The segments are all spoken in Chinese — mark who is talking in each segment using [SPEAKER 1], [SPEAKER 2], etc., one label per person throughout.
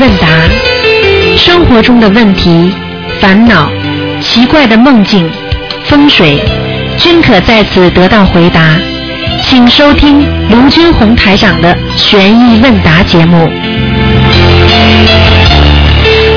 [SPEAKER 1] 问答，生活中的问题、烦恼、奇怪的梦境、风水，均可在此得到回答。请收听卢军红台长的《悬疑问答》节目。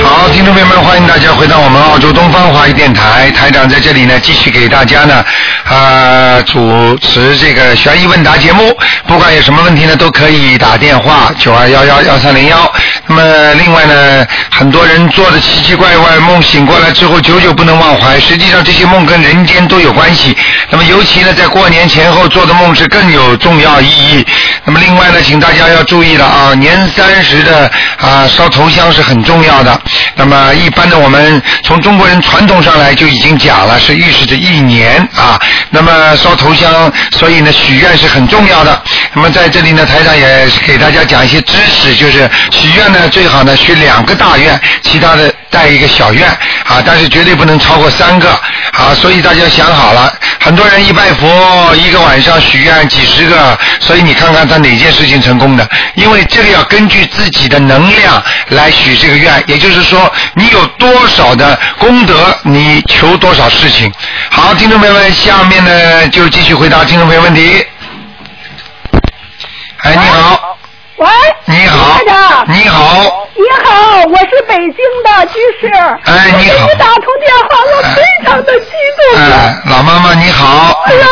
[SPEAKER 2] 好，听众朋友们，欢迎大家回到我们澳洲东方华语电台，台长在这里呢，继续给大家呢，啊、主持这个悬疑问答节目。不管有什么问题呢，都可以打电话九二幺幺幺三零幺。那么另外呢，很多人做的奇奇怪怪梦，醒过来之后久久不能忘怀。实际上这些梦跟人间都有关系。那么尤其呢，在过年前后做的梦是更有重要意义。那么另外呢，请大家要注意了啊，年三十的啊烧头香是很重要的。那么一般的我们从中国人传统上来就已经讲了，是预示着一年啊。那么烧头香，所以呢许愿是很重要的。那么在这里呢，台上也是给大家讲一些知识，就是许愿呢最好呢许两个大愿，其他的带一个小愿啊，但是绝对不能超过三个啊。所以大家想好了，很多人一拜佛一个晚上许愿几十个，所以你看看他哪件事情成功的，因为这个要根据自己的能量来许这个愿，也就是说你有多少的功德，你求多少事情。好，听众朋友们，下面呢就继续回答听众朋友问题。哎，你好，
[SPEAKER 3] 喂，
[SPEAKER 2] 你好
[SPEAKER 3] 台长，
[SPEAKER 2] 你好，
[SPEAKER 3] 你好，我是北京的居士。
[SPEAKER 2] 哎你好
[SPEAKER 3] 我给你打通电话，我非常的激动。
[SPEAKER 2] 哎，老妈妈你好，
[SPEAKER 3] 哎呀，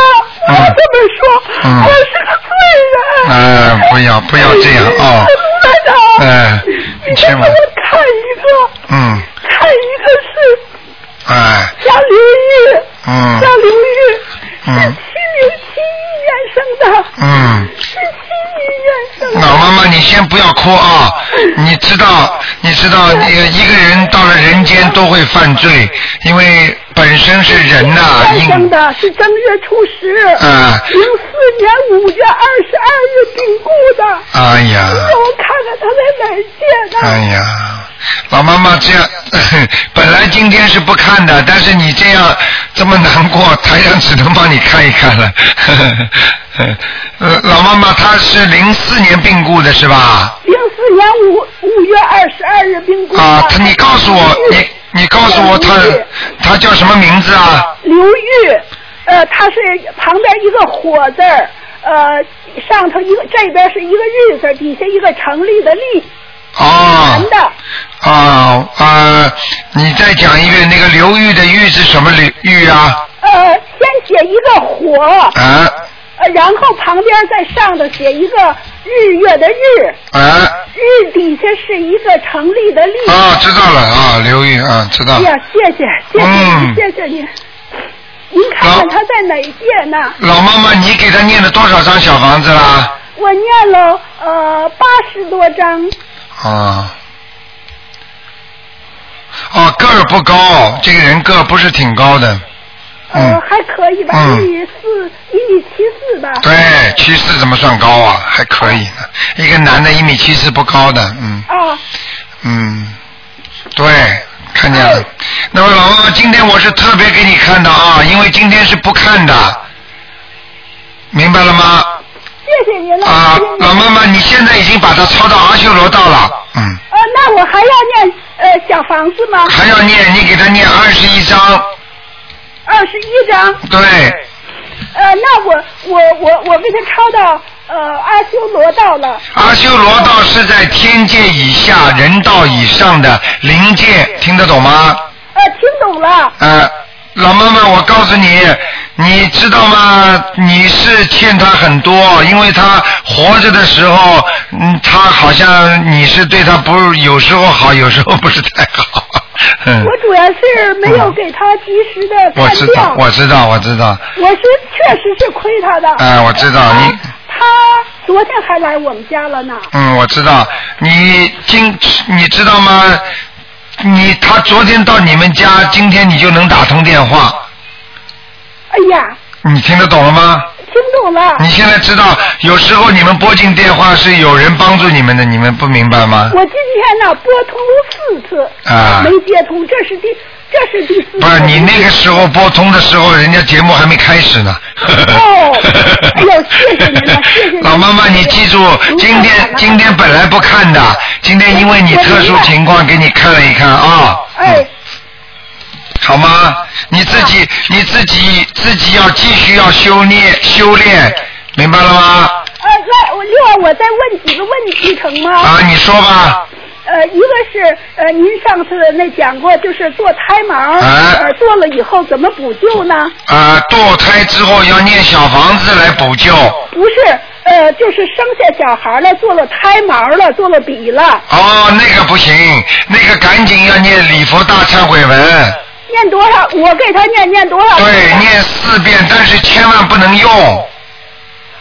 [SPEAKER 3] 不要这么说，
[SPEAKER 2] 嗯
[SPEAKER 3] 我是个罪人。
[SPEAKER 2] 哎，不要不要这样哦，
[SPEAKER 3] 台长，
[SPEAKER 2] 哎
[SPEAKER 3] 你
[SPEAKER 2] 你这
[SPEAKER 3] 再给
[SPEAKER 2] 么
[SPEAKER 3] 我看一个，
[SPEAKER 2] 嗯，
[SPEAKER 3] 看一个是
[SPEAKER 2] 哎，
[SPEAKER 3] 夏玲玉，
[SPEAKER 2] 嗯
[SPEAKER 3] 夏玲玉，
[SPEAKER 2] 嗯
[SPEAKER 3] 是七零七一年生的，
[SPEAKER 2] 嗯，
[SPEAKER 3] 是七一年生的。
[SPEAKER 2] 老妈妈你先不要哭啊，你知道你知道那个一个人到了人间都会犯罪，因为本身是人呐、
[SPEAKER 3] 诞
[SPEAKER 2] 因
[SPEAKER 3] 生的是正月初十，
[SPEAKER 2] 啊
[SPEAKER 3] 零四年五月二十二日病故的。
[SPEAKER 2] 哎呀
[SPEAKER 3] 你，让我看看他在哪儿见的。
[SPEAKER 2] 哎呀，老妈妈这样， 本来今天是不看的，但是你这样这么难过，台长只能帮你看一看了。 呃老妈妈她是零四年病故的是吧？
[SPEAKER 3] 零四年五五月二十二日病故的。哎
[SPEAKER 2] 啊，她你告诉我，你你告诉我她她叫什么名字啊？
[SPEAKER 3] 刘玉，呃，他是旁边一个火字儿，呃，上头一个这边是一个日字儿，底下一个成立的立，
[SPEAKER 2] 哦
[SPEAKER 3] 男，的。
[SPEAKER 2] 啊啊，你再讲一遍那个刘玉的玉是什么刘玉啊？
[SPEAKER 3] 呃，先写一个火，
[SPEAKER 2] 啊
[SPEAKER 3] 呃，然后旁边在上头写一个日月的日，
[SPEAKER 2] 啊
[SPEAKER 3] 日底下是一个成立的立。
[SPEAKER 2] 啊，知道了啊，刘玉啊，知道
[SPEAKER 3] 哎
[SPEAKER 2] 了。
[SPEAKER 3] 呀，谢谢谢谢
[SPEAKER 2] 嗯
[SPEAKER 3] 您，谢谢您。您看看他在哪届呢？
[SPEAKER 2] 老妈妈，你给他念了多少张小房子啦？
[SPEAKER 3] 我念了呃八十多章，
[SPEAKER 2] 啊，哦，个儿不高，这个人个儿不是挺高的，
[SPEAKER 3] 呃
[SPEAKER 2] 嗯
[SPEAKER 3] 还可以吧，
[SPEAKER 2] 嗯
[SPEAKER 3] 一米四一米七四吧。
[SPEAKER 2] 对，七四怎么算高啊？还可以呢，一个男的，一米七四不高的，嗯
[SPEAKER 3] 啊，
[SPEAKER 2] 嗯，对，看见
[SPEAKER 3] 哎
[SPEAKER 2] 了。那么老妈妈，今天我是特别给你看的啊，因为今天是不看的，明白了吗？
[SPEAKER 3] 谢谢您了，
[SPEAKER 2] 啊
[SPEAKER 3] 谢谢，您。
[SPEAKER 2] 老妈妈，你现在已经把他抄到阿修罗道了，嗯。
[SPEAKER 3] 呃，那我还要念呃小房子吗？
[SPEAKER 2] 还要念，你给他念二十一章，
[SPEAKER 3] 二十一章。
[SPEAKER 2] 对，
[SPEAKER 3] 呃，那我我我我给他抄到呃阿修罗道了。
[SPEAKER 2] 阿修罗道是在天界以下、人道以上的灵界，听得懂吗？
[SPEAKER 3] 呃，听懂了。
[SPEAKER 2] 呃，老妈妈，我告诉你，你知道吗？你是欠他很多，因为他活着的时候，嗯，他好像你是对他不，有时候好，有时候不是太好。 嗯，
[SPEAKER 3] 我主要是没有给他及时的
[SPEAKER 2] 我
[SPEAKER 3] 看
[SPEAKER 2] 知
[SPEAKER 3] 病，
[SPEAKER 2] 道，我知道，我知道。
[SPEAKER 3] 我是确实是亏他的。
[SPEAKER 2] 哎我知道
[SPEAKER 3] 他
[SPEAKER 2] 你
[SPEAKER 3] 他昨天还来我们家了呢。
[SPEAKER 2] 嗯，我知道。你今你知道吗？你他昨天到你们家，今天你就能打通电话，
[SPEAKER 3] 哎呀，
[SPEAKER 2] 你听得懂了吗？
[SPEAKER 3] 听懂了，
[SPEAKER 2] 你现在知道，有时候你们拨进电话是有人帮助你们的，你们不明白吗？
[SPEAKER 3] 我今天呢拨通了四次，
[SPEAKER 2] 啊
[SPEAKER 3] 没接通，这是第这是第四次。
[SPEAKER 2] 不是你那个时候拨通的时候，人家节目还没开始呢。
[SPEAKER 3] 哦哎呦，谢谢您了，谢谢您。
[SPEAKER 2] 老妈妈，你记住，今天今天本来不看的，今天因为你特殊情况给你看了一看啊、
[SPEAKER 3] 哎，
[SPEAKER 2] 好吗？你自己你自己自己要继续要修炼修炼，明白了吗？
[SPEAKER 3] 呃，那我另外我再问几个问题成吗？
[SPEAKER 2] 啊，你说吧，
[SPEAKER 3] 呃，一个是呃，您上次那讲过，就是做胎毛，
[SPEAKER 2] 哎
[SPEAKER 3] 呃，做了以后怎么补救呢？
[SPEAKER 2] 啊，堕胎之后要念小房子来补救。
[SPEAKER 3] 不是，呃，就是生下小孩了，做了胎毛了，做了笔了，
[SPEAKER 2] 哦，那个不行，那个赶紧要念礼佛大忏悔文，
[SPEAKER 3] 念多少？我给他念念多少？
[SPEAKER 2] 对，。念四遍，但是千万不能用。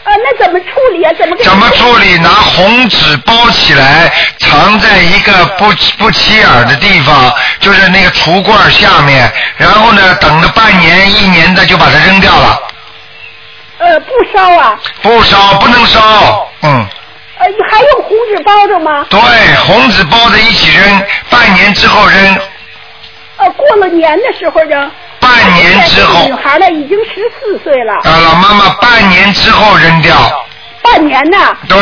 [SPEAKER 3] 呃，那怎么处理啊？怎么给他
[SPEAKER 2] 怎么处理？拿红纸包起来，藏在一个不不起眼儿的地方，就是那个橱罐下面。然后呢，等了半年、一年的就把它扔掉了，
[SPEAKER 3] 呃，不烧啊？
[SPEAKER 2] 不烧，不能烧。嗯，
[SPEAKER 3] 呃，还用红纸包着吗？
[SPEAKER 2] 对，红纸包着一起扔，半年之后扔，
[SPEAKER 3] 呃，过了年的时候扔。
[SPEAKER 2] 半年之后
[SPEAKER 3] 女，孩呢，已经十四岁了，
[SPEAKER 2] 啊，老妈妈半年之后扔掉。
[SPEAKER 3] 半年呢，
[SPEAKER 2] 对，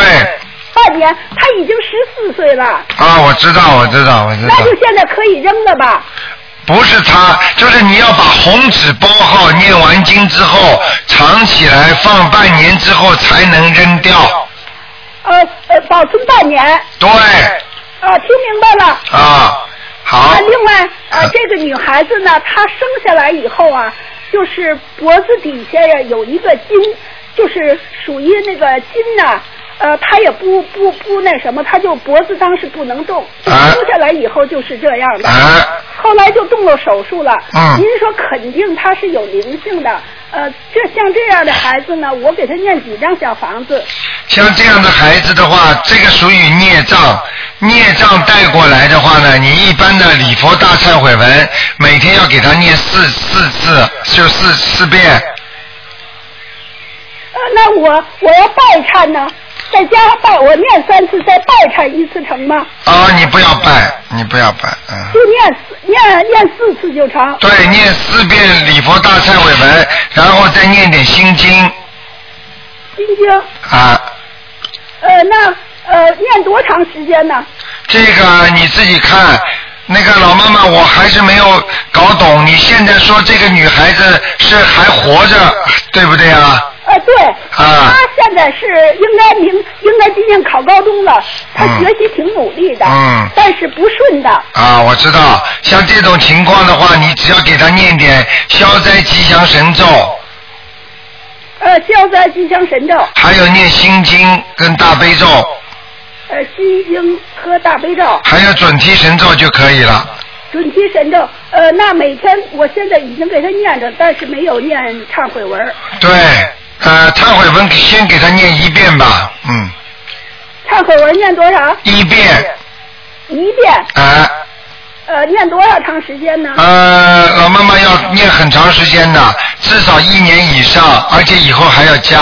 [SPEAKER 3] 半年，她已经十四岁了，
[SPEAKER 2] 啊，我知道，我知道，我知道
[SPEAKER 3] 那。就现在可以扔了吧？
[SPEAKER 2] 不是他，就是你要把红纸包好，念完经之后藏起来，放半年之后才能扔掉。
[SPEAKER 3] 呃呃，保存半年，
[SPEAKER 2] 对，
[SPEAKER 3] 啊，听明白了。
[SPEAKER 2] 啊，好
[SPEAKER 3] 啊，，另外，呃
[SPEAKER 2] 嗯，
[SPEAKER 3] 这个女孩子呢，她生下来以后啊，就是脖子底下呀有一个筋，就是属于那个筋呐、呃，她也不不不那什么，她就脖子当时不能动，就
[SPEAKER 2] 啊
[SPEAKER 3] 生下来以后就是这样的。
[SPEAKER 2] 啊，
[SPEAKER 3] 后来就动了手术了。
[SPEAKER 2] 嗯
[SPEAKER 3] 您说肯定她是有灵性的。呃，这像这样的孩子呢，我给她念几张小房子？
[SPEAKER 2] 像这样的孩子的话，这个属于孽障，孽障带过来的话呢，你一般的礼佛大忏悔文，每天要给他念四四次，就四四遍。
[SPEAKER 3] 呃，那我我要拜忏呢，在家拜，我念三次，再拜忏一次成吗？
[SPEAKER 2] 啊，你不要拜，你不要拜，嗯。
[SPEAKER 3] 就念四念念四次就成。
[SPEAKER 2] 对，念四遍礼佛大忏悔文，然后再念点心经
[SPEAKER 3] 心经，
[SPEAKER 2] 啊。
[SPEAKER 3] 呃，那呃念多长时间呢？
[SPEAKER 2] 这个你自己看，那个老妈妈，我还是没有搞懂。你现在说这个女孩子是还活着，对不对啊？
[SPEAKER 3] 呃，对，
[SPEAKER 2] 啊
[SPEAKER 3] 他现在是应该明应该今年考高中了，他
[SPEAKER 2] 嗯
[SPEAKER 3] 学习挺努力的，
[SPEAKER 2] 嗯
[SPEAKER 3] 但是不顺的。
[SPEAKER 2] 啊，我知道，像这种情况的话，你只要给她念点消灾吉祥神咒，
[SPEAKER 3] 呃，消灾吉祥神咒，
[SPEAKER 2] 还有念心经跟大悲咒，
[SPEAKER 3] 呃，心经和大悲咒，
[SPEAKER 2] 还有准提神咒就可以了。
[SPEAKER 3] 准提神咒。呃，那每天我现在已经给他念着，但是没有念忏悔文。
[SPEAKER 2] 对，呃，忏悔文先给她念一遍吧，嗯，
[SPEAKER 3] 忏悔文念多少？
[SPEAKER 2] 一遍。
[SPEAKER 3] 一遍。
[SPEAKER 2] 啊，
[SPEAKER 3] 呃，念多少长时间呢？
[SPEAKER 2] 呃，老妈妈要念很长时间的，至少一年以上，而且以后还要加，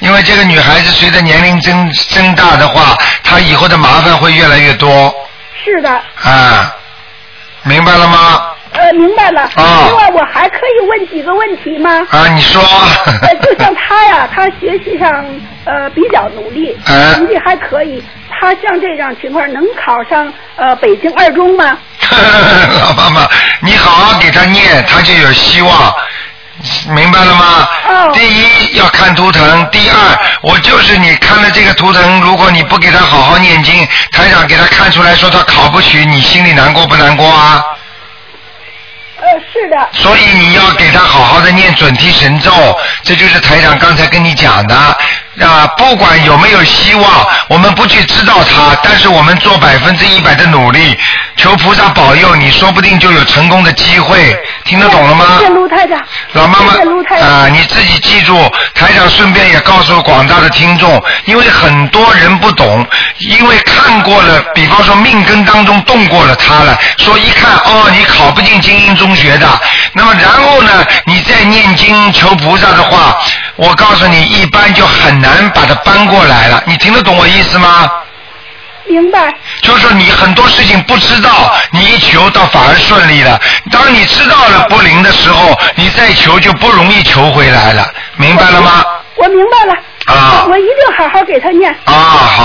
[SPEAKER 2] 因为这个女孩子随着年龄增增大的话，她以后的麻烦会越来越多
[SPEAKER 3] 是的。
[SPEAKER 2] 啊，明白了吗？
[SPEAKER 3] 呃，明白了。
[SPEAKER 2] 啊？
[SPEAKER 3] 另外，我还可以问几个问题吗
[SPEAKER 2] 啊，你说，
[SPEAKER 3] 呃，就像他呀，他学习上呃比较努力，
[SPEAKER 2] 哎
[SPEAKER 3] 成绩还可以。他像这种情况，能考上呃北京二中吗？
[SPEAKER 2] 老妈妈，你好好给她念，她就有希望。明白了吗？
[SPEAKER 3] 哦
[SPEAKER 2] 第一要看图腾，第二我就是你看了这个图腾，如果你不给他好好念经，台长给他看出来说他考不取，你心里难过不难过啊？
[SPEAKER 3] 呃，是的。
[SPEAKER 2] 所以你要给他好好的念准提神咒，这就是台长刚才跟你讲的啊。不管有没有希望，我们不去知道它，但是我们做百分之一百的努力，求菩萨保佑你，说不定就有成功的机会。听得懂了吗？
[SPEAKER 3] 谢谢卢台长。
[SPEAKER 2] 老妈妈
[SPEAKER 3] 谢谢卢台长。
[SPEAKER 2] 啊、你自己记住，台长顺便也告诉广大的听众，因为很多人不懂，因为看过了，比方说命根当中动过了它了，说一看哦，你考不进精英中学的，那么然后呢，你再念经求菩萨的话，我告诉你，一般就很难把它搬过来了。你听得懂我意思吗？
[SPEAKER 3] 明白。
[SPEAKER 2] 就是说你很多事情不知道，你一求倒反而顺利了。当你知道了不灵的时候，你再求就不容易求回来了，明白了吗？
[SPEAKER 3] 我我明白了，
[SPEAKER 2] 啊
[SPEAKER 3] 我一定好好给他念。
[SPEAKER 2] 啊，好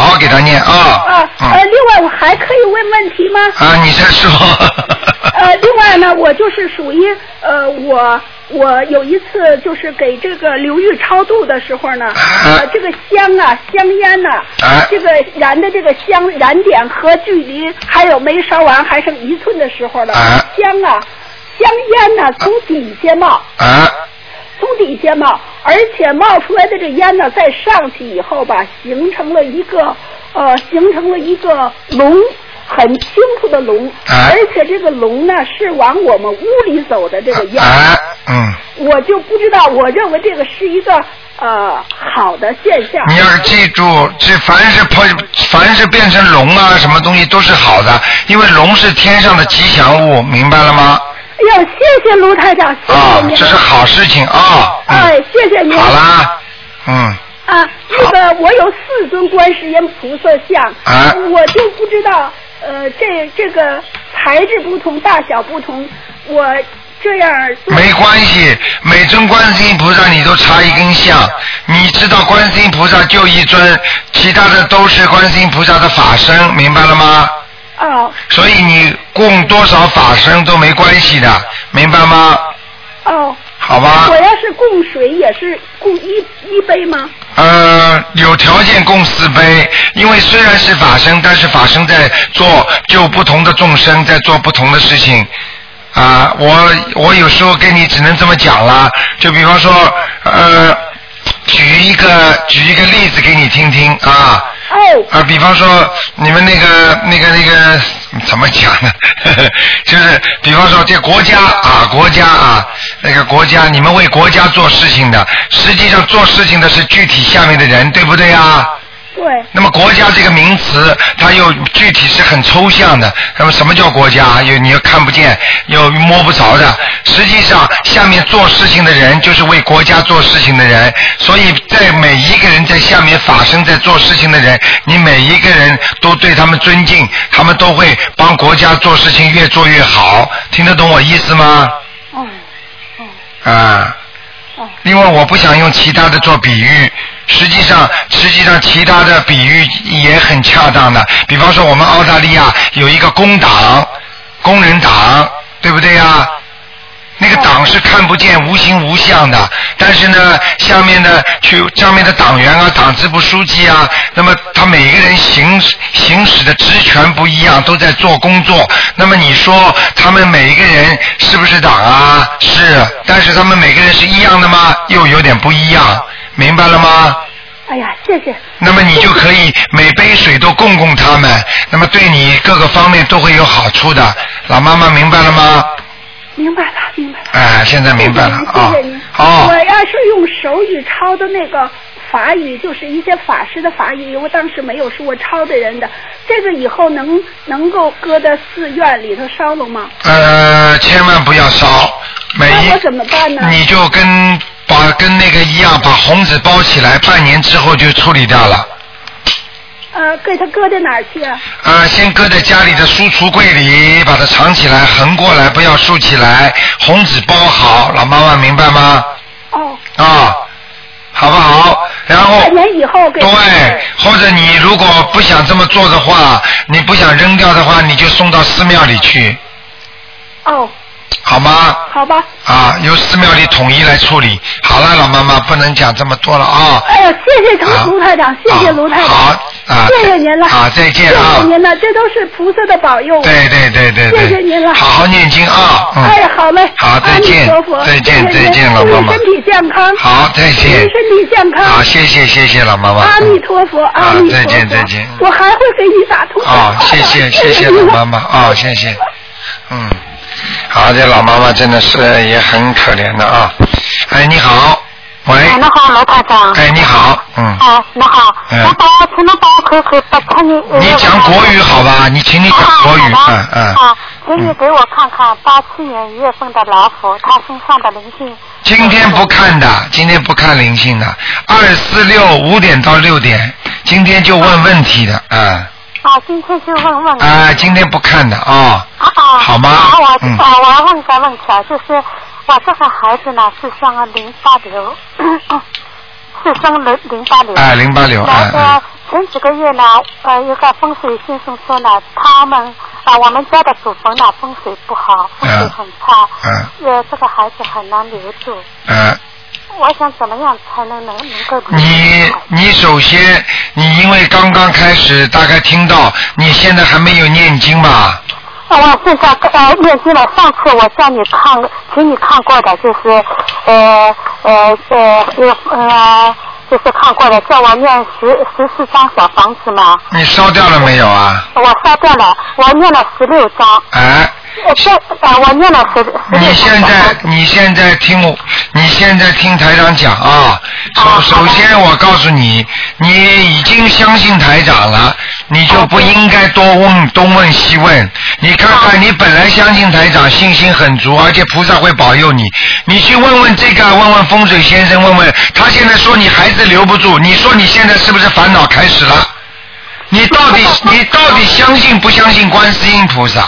[SPEAKER 2] 好给他念啊
[SPEAKER 3] 啊，，呃，
[SPEAKER 2] 嗯
[SPEAKER 3] 另外我还可以问问题吗？
[SPEAKER 2] 啊，你再说，
[SPEAKER 3] 呃，另外呢，我就是属于呃，我我有一次就是给这个刘玉超度的时候呢，
[SPEAKER 2] 啊
[SPEAKER 3] 呃，这个香啊，香烟呐、
[SPEAKER 2] 啊
[SPEAKER 3] 这个燃的这个香燃点和距离还有没烧完还剩一寸的时候呢，
[SPEAKER 2] 啊
[SPEAKER 3] 香啊，香烟呢、从底下冒，
[SPEAKER 2] 啊
[SPEAKER 3] 从底下冒，而且冒出来的这烟呢，再上去以后吧，形成了一个呃，形成了一个龙，很清楚的龙，
[SPEAKER 2] 哎
[SPEAKER 3] 而且这个龙呢是往我们屋里走的这个烟，
[SPEAKER 2] 啊，嗯，
[SPEAKER 3] 我就不知道，我认为这个是一个呃好的现象。
[SPEAKER 2] 你要是记住，这凡是破，凡是变成龙啊，什么东西都是好的，因为龙是天上的吉祥物，明白了吗？
[SPEAKER 3] 哎呦，谢谢卢台长，谢
[SPEAKER 2] 啊
[SPEAKER 3] 谢，您，
[SPEAKER 2] 这是好事情啊。
[SPEAKER 3] 哎
[SPEAKER 2] 嗯，，
[SPEAKER 3] 谢谢您。
[SPEAKER 2] 好啦，嗯，
[SPEAKER 3] 啊，那个我有四尊观世音菩萨像，
[SPEAKER 2] 啊
[SPEAKER 3] 我就不知道，呃，这这个材质不同，大小不同，我这样做
[SPEAKER 2] 没关系，每尊观世音菩萨你都插一根香，你知道观世音菩萨就一尊，其他的都是观世音菩萨的法身，明白了吗？
[SPEAKER 3] 哦
[SPEAKER 2] 所以你供多少法身都没关系的，明白吗？
[SPEAKER 3] 哦，
[SPEAKER 2] 好吧
[SPEAKER 3] 我，要是供水也是供一一杯吗？
[SPEAKER 2] 呃，有条件供四杯，因为虽然是法身，但是法身在做救不同的众生，在做不同的事情。啊，我我有时候跟你只能这么讲啦，就比方说，呃，举一个举一个例子给你听听啊。
[SPEAKER 3] 哦
[SPEAKER 2] 啊，比方说你们那个那个那个怎么讲呢？ 就是比方说这国家啊，国家啊，那个国家，你们为国家做事情的，实际上做事情的是具体下面的人，对不对啊？
[SPEAKER 3] 对，
[SPEAKER 2] 那么国家这个名词，它又具体是很抽象的。那么什么叫国家？又你又看不见，又摸不着的。实际上，下面做事情的人就是为国家做事情的人。所以在每一个人在下面法身在做事情的人，你每一个人都对他们尊敬，他们都会帮国家做事情越做越好。听得懂我意思吗？
[SPEAKER 3] 哦
[SPEAKER 2] 啊。
[SPEAKER 3] 哦
[SPEAKER 2] 因为我不想用其他的做比喻，实际上实际上其他的比喻也很恰当的。比方说我们澳大利亚有一个工党，工人党，对不对呀？那个党是看不见、无形无相的，但是呢，下面的去上面的党员啊、党支部书记啊，那么他每个人行行使的职权不一样，都在做工作。那么你说他们每一个人是不是党啊？是，但是他们每个人是一样的吗？又有点不一样，明白了吗？
[SPEAKER 3] 哎呀，谢谢，
[SPEAKER 2] 那么你就可以每杯水都供供他们，那么对你各个方面都会有好处的。老妈妈明白了吗？
[SPEAKER 3] 明白了，明白了。
[SPEAKER 2] 哎，现在明白了啊
[SPEAKER 3] 谢谢您，谢谢您。。我
[SPEAKER 2] 哦，
[SPEAKER 3] 要是用手语抄的那个法语，就是一些法师的法语，我当时没有说，我抄的人的。这个以后能能够搁在寺院里头烧了吗？
[SPEAKER 2] 呃，千万不要烧，每
[SPEAKER 3] 那我
[SPEAKER 2] 一
[SPEAKER 3] 怎么办呢？
[SPEAKER 2] 你就跟把跟那个一样，把红纸包起来，半年之后就处理掉了。
[SPEAKER 3] 呃，给他搁在哪儿去啊？
[SPEAKER 2] 啊，先搁在家里的书橱柜里，把它藏起来，横过来，不要竖起来，红纸包好，老妈妈明白吗？
[SPEAKER 3] 哦，
[SPEAKER 2] 啊、好不好？然后
[SPEAKER 3] 半年以后给
[SPEAKER 2] 对
[SPEAKER 3] 他。，
[SPEAKER 2] 或者你如果不想这么做的话，你不想扔掉的话，你就送到寺庙里去，
[SPEAKER 3] 哦，
[SPEAKER 2] 好吗？
[SPEAKER 3] 好吧。
[SPEAKER 2] 啊，由寺庙里统一来处理。好了，老妈妈，不能讲这么多了啊。
[SPEAKER 3] 哎呀，谢谢
[SPEAKER 2] 啊
[SPEAKER 3] 卢台长，谢谢
[SPEAKER 2] 啊
[SPEAKER 3] 卢台长，
[SPEAKER 2] 好啊，
[SPEAKER 3] 谢谢您了，
[SPEAKER 2] 啊，再见啊。
[SPEAKER 3] 谢谢您了，这都是菩萨的保佑。
[SPEAKER 2] 对对对对对，
[SPEAKER 3] 谢谢您了
[SPEAKER 2] 好好念经啊。嗯、
[SPEAKER 3] 哎，好嘞，
[SPEAKER 2] 好，再见
[SPEAKER 3] 阿弥陀，佛
[SPEAKER 2] 再见，
[SPEAKER 3] 谢谢
[SPEAKER 2] 再
[SPEAKER 3] 您
[SPEAKER 2] 见，老
[SPEAKER 3] 祝
[SPEAKER 2] 妈
[SPEAKER 3] 您
[SPEAKER 2] 妈。
[SPEAKER 3] 身体健康。
[SPEAKER 2] 好，再
[SPEAKER 3] 您
[SPEAKER 2] 见
[SPEAKER 3] 身。体健康。
[SPEAKER 2] 好，谢谢谢谢老妈妈。
[SPEAKER 3] 阿弥陀佛，阿弥陀佛。
[SPEAKER 2] 好再见再见
[SPEAKER 3] 我还会给你打通电话
[SPEAKER 2] 啊、
[SPEAKER 3] 的。哎
[SPEAKER 2] 谢谢谢谢老
[SPEAKER 3] 您
[SPEAKER 2] 妈妈啊、谢谢，嗯，好，这老妈妈真的是也很可怜的啊。哎，你好，喂，
[SPEAKER 4] 哎，你好，罗台长。
[SPEAKER 2] 哎，你好，嗯，
[SPEAKER 4] 哎，你好，
[SPEAKER 2] 嗯
[SPEAKER 4] 我帮我请侬帮我看看八七年。
[SPEAKER 2] 你讲国语好吧？你请你讲国语，
[SPEAKER 4] 啊好
[SPEAKER 2] 嗯
[SPEAKER 4] 的
[SPEAKER 2] 嗯，
[SPEAKER 4] 啊，请你给我看看八七年一月份的老虎，它身上的灵性。
[SPEAKER 2] 今天不看的，今天不看灵性的，二四六五点到六点，今天就问问题的，啊、
[SPEAKER 4] 啊，今天就问问你。
[SPEAKER 2] 啊、今天不看的啊、
[SPEAKER 4] 啊啊。
[SPEAKER 2] 好吗
[SPEAKER 4] 啊，我
[SPEAKER 2] 嗯
[SPEAKER 4] 啊，我还问一个 问题啊，就是我这个孩子呢是像个淋巴瘤，
[SPEAKER 5] 是生淋淋巴
[SPEAKER 4] 嗯
[SPEAKER 5] 瘤。
[SPEAKER 2] 哎，淋巴瘤，哎
[SPEAKER 5] 然
[SPEAKER 2] 哎
[SPEAKER 5] 后前几个月呢，呃，一个风水先生说呢，他们啊、我们家的祖坟呢风水不好，风水很差，
[SPEAKER 2] 嗯
[SPEAKER 5] 呃，这个孩子很难留住。
[SPEAKER 2] 哎，
[SPEAKER 5] 我想怎么样才能能能够留住
[SPEAKER 2] 你
[SPEAKER 5] 这个孩子
[SPEAKER 2] 你首先你因为刚刚开始，大概听到你现在还没有念经吧？
[SPEAKER 5] 呃我现在呃念经了，上次我叫你看，请你看过的，就是呃呃呃呃呃，就是看过的，叫我念十十四张小房子嘛，
[SPEAKER 2] 你烧掉了没有啊？
[SPEAKER 5] 我烧掉了，我念了十六张，
[SPEAKER 2] 哎，
[SPEAKER 5] 呃这呃我念了十十六
[SPEAKER 2] 你
[SPEAKER 5] 张
[SPEAKER 2] 现
[SPEAKER 5] 小
[SPEAKER 2] 在
[SPEAKER 5] 房子
[SPEAKER 2] 你现在听我，你现在听台长讲啊。首
[SPEAKER 5] 啊好
[SPEAKER 2] 首
[SPEAKER 5] 的
[SPEAKER 2] 先我告诉你，你已经相信台长了，你就不应该多问东问西问。你看看，你本来相信台长，信心很足，而且菩萨会保佑你。你去问问这个，问问风水先生，问问他现在说你孩子留不住，你说你现在是不是烦恼开始了？你到底你到底相信不相信观世音菩萨？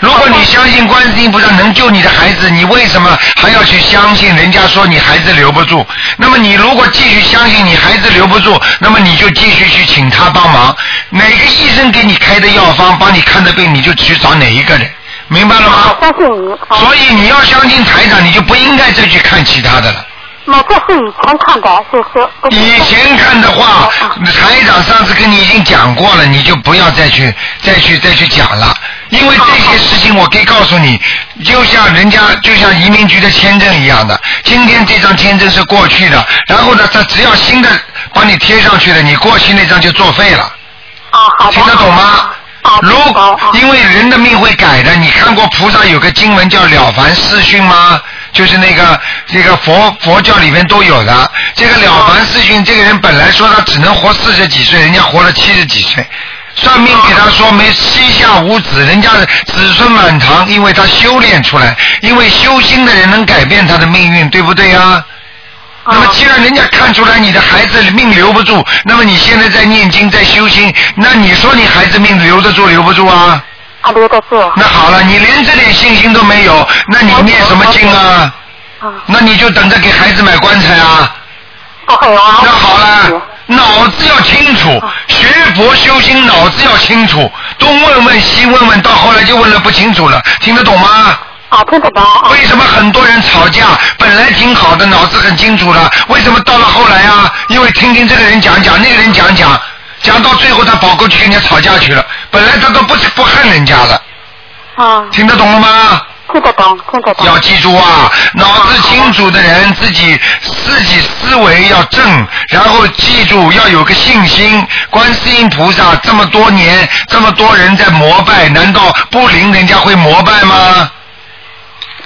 [SPEAKER 2] 如果你相信观世音菩萨能救你的孩子，你为什么还要去相信人家说你孩子留不住？那么你如果继续相信你孩子留不住，那么你就继续去请他帮忙。哪个医生给你开的药方帮你看的病，你就去找哪一个人，明白了吗
[SPEAKER 5] 我？相信你，啊
[SPEAKER 2] 所以你要相信台长，你就不应该再去看其他的了。
[SPEAKER 5] 那这是以前看的，是是不是
[SPEAKER 2] 以前看的话，台长上次跟你已经讲过了，你就不要再去、再去、再去讲了。因为这些事情，我可以告诉你，就像人家就像移民局的签证一样的，今天这张签证是过去的，然后呢，他只要新的帮你贴上去的，你过去那张就作废了，
[SPEAKER 5] 啊好的
[SPEAKER 2] 听得懂吗？
[SPEAKER 5] 啊
[SPEAKER 2] 如
[SPEAKER 5] 听得懂啊
[SPEAKER 2] 因为人的命会改的，你看过菩萨有个经文叫《了凡四训》吗？就是那个这个佛佛教里面都有的。这个了凡四训，这个人本来说他只能活四十几岁，人家活了七十几岁。算命给他说没膝下无子，人家子孙满堂，因为他修炼出来，因为修心的人能改变他的命运，对不对呀、
[SPEAKER 5] 啊
[SPEAKER 2] 那么既然人家看出来你的孩子命留不住，那么你现在在念经在修心，那你说你孩子命留得住留不住啊？
[SPEAKER 5] 啊留得住
[SPEAKER 2] 那好了，你连这点信心都没有，那你念什么经啊？
[SPEAKER 5] 啊
[SPEAKER 2] 那你就等着给孩子买棺材啊？
[SPEAKER 5] 不会啊
[SPEAKER 2] 那好了，脑子要清楚，学佛修心脑子要清楚，东问问西问问，到后来就问了不清楚了，听得懂吗？
[SPEAKER 5] 啊听得懂啊
[SPEAKER 2] 为什么很多人吵架本来挺好的，脑子很清楚了，为什么到了后来啊？因为听听这个人讲讲，那个人讲讲，讲到最后他跑过去跟人家吵架去了，本来他都不不恨人家了，
[SPEAKER 5] 啊
[SPEAKER 2] 听得懂了吗？
[SPEAKER 5] 听得懂听得 懂
[SPEAKER 2] 要记住啊，脑子清楚的人自己自己思维要正，然后记住要有个信心。观世音菩萨这么多年，这么多人在膜拜，难道不灵人家会膜拜吗？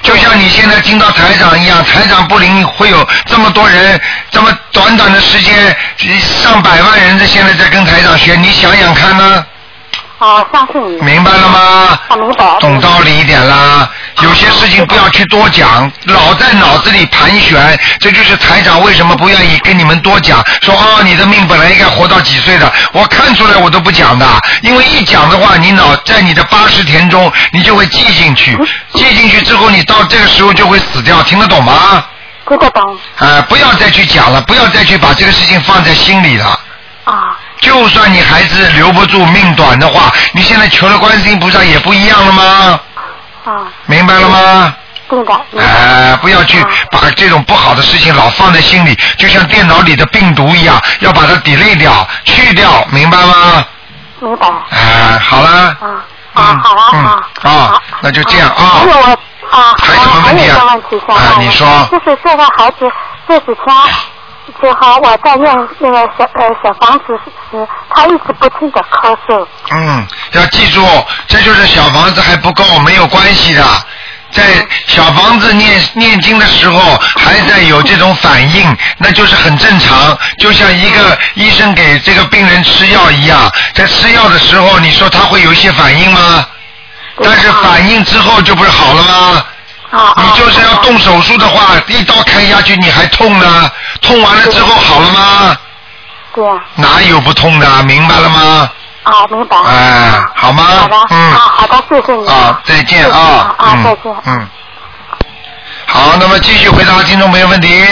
[SPEAKER 2] 就像你现在听到台长一样，台长不灵会有这么多人，这么短短的时间，上百万人在现在在跟台长学，你想想看呢、
[SPEAKER 5] 啊我相信你
[SPEAKER 2] 明白了吗？
[SPEAKER 5] 啊明白
[SPEAKER 2] 懂道理一点啦。有些事情不要去多讲，老在脑子里盘旋，这就是台长为什么不愿意跟你们多讲。说哦，你的命本来应该活到几岁的，我看出来我都不讲的，因为一讲的话，你脑在你的八十田中，你就会记进去，记进去之后，你到这个时候就会死掉，听得懂吗？
[SPEAKER 5] 听得懂
[SPEAKER 2] 啊、不要再去讲了，不要再去把这个事情放在心里了。
[SPEAKER 5] 啊
[SPEAKER 2] 就算你孩子留不住命短的话，你现在求了观世音菩萨也不一样了吗？
[SPEAKER 5] 啊
[SPEAKER 2] 明白了吗？
[SPEAKER 5] 对的明
[SPEAKER 2] 哎、
[SPEAKER 5] 白
[SPEAKER 2] 不要去把这种不好的事情老放在心里，就像电脑里的病毒一样，要把它 delete 掉、去掉，明白吗？
[SPEAKER 5] 明白
[SPEAKER 2] 哎、好了，
[SPEAKER 5] 啊
[SPEAKER 2] 嗯
[SPEAKER 5] 啊好了啊
[SPEAKER 2] 嗯啊那就这样啊
[SPEAKER 5] 还有我啊
[SPEAKER 2] 还有什么
[SPEAKER 5] 还
[SPEAKER 2] 问
[SPEAKER 5] 有
[SPEAKER 2] 题
[SPEAKER 5] 一
[SPEAKER 2] 啊
[SPEAKER 5] 个问题想
[SPEAKER 2] 啊
[SPEAKER 5] 问
[SPEAKER 2] 你说
[SPEAKER 5] 就是这个孩子这几天。就好，我在念那个小呃小房子时，他一直不停的咳嗽，
[SPEAKER 2] 嗯，要记住，这就是小房子还不够，没有关系的。在小房子念念经的时候，还在有这种反应，那就是很正常。就像一个医生给这个病人吃药一样，在吃药的时候，你说他会有一些反应吗？但是反应之后就不是好了吗？
[SPEAKER 5] 啊啊
[SPEAKER 2] 你就是要动手术的话，一刀开下去你还痛呢，痛完了之后好了吗？
[SPEAKER 5] 对啊，
[SPEAKER 2] 哪有不痛的？明白了吗？
[SPEAKER 5] 啊明白。
[SPEAKER 2] 哎，好吗？
[SPEAKER 5] 好的，
[SPEAKER 2] 嗯。
[SPEAKER 5] 啊好的，谢谢你
[SPEAKER 2] 啊，再见啊，
[SPEAKER 5] 啊
[SPEAKER 2] 嗯
[SPEAKER 5] 再见
[SPEAKER 2] 嗯，好，那么继续回答听众朋友问题。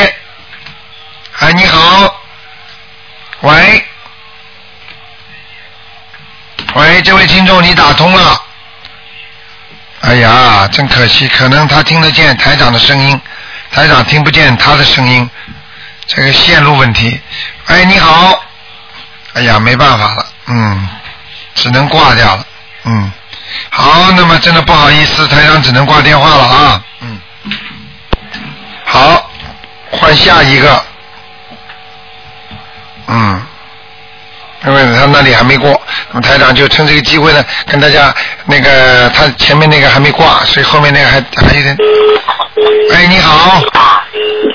[SPEAKER 2] 哎，你好，喂，喂，这位听众你打通了。哎呀，真可惜，可能他听得见台长的声音，台长听不见他的声音，这个线路问题。哎，你好。哎呀，没办法了，嗯，只能挂掉了，嗯。好，那么真的不好意思，台长只能挂电话了啊，嗯。好，换下一个。嗯，因为他那里还没过，那么台长就趁这个机会呢，跟大家那个他前面那个还没挂，所以后面那个还还有点。哎，你好，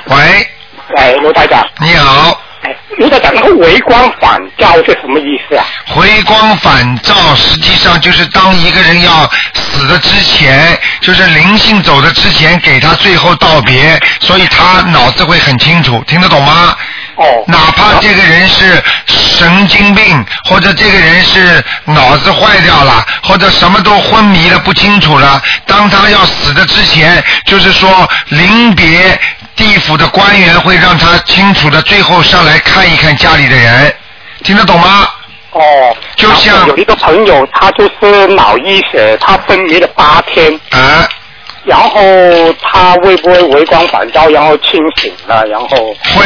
[SPEAKER 2] 喂，
[SPEAKER 6] 哎，卢台长，
[SPEAKER 2] 你好，
[SPEAKER 6] 哎，卢台长，那个微光反照是什么意思啊？
[SPEAKER 2] 回光返照实际上就是当一个人要死的之前，就是灵性走的之前，给他最后道别，所以他脑子会很清楚，听得懂吗？
[SPEAKER 6] 哦，
[SPEAKER 2] 哪怕这个人是神经病，或者这个人是脑子坏掉了，或者什么都昏迷了、不清楚了，当他要死的之前，就是说临别地府的官员会让他清楚的，最后上来看一看家里的人，听得懂吗？
[SPEAKER 6] 哦，
[SPEAKER 2] 就像
[SPEAKER 6] 然后有一个朋友，他就是脑溢血，他昏迷了八天，
[SPEAKER 2] 啊，
[SPEAKER 6] 然后他会不会微光反照，然后清醒了，然后
[SPEAKER 2] 会。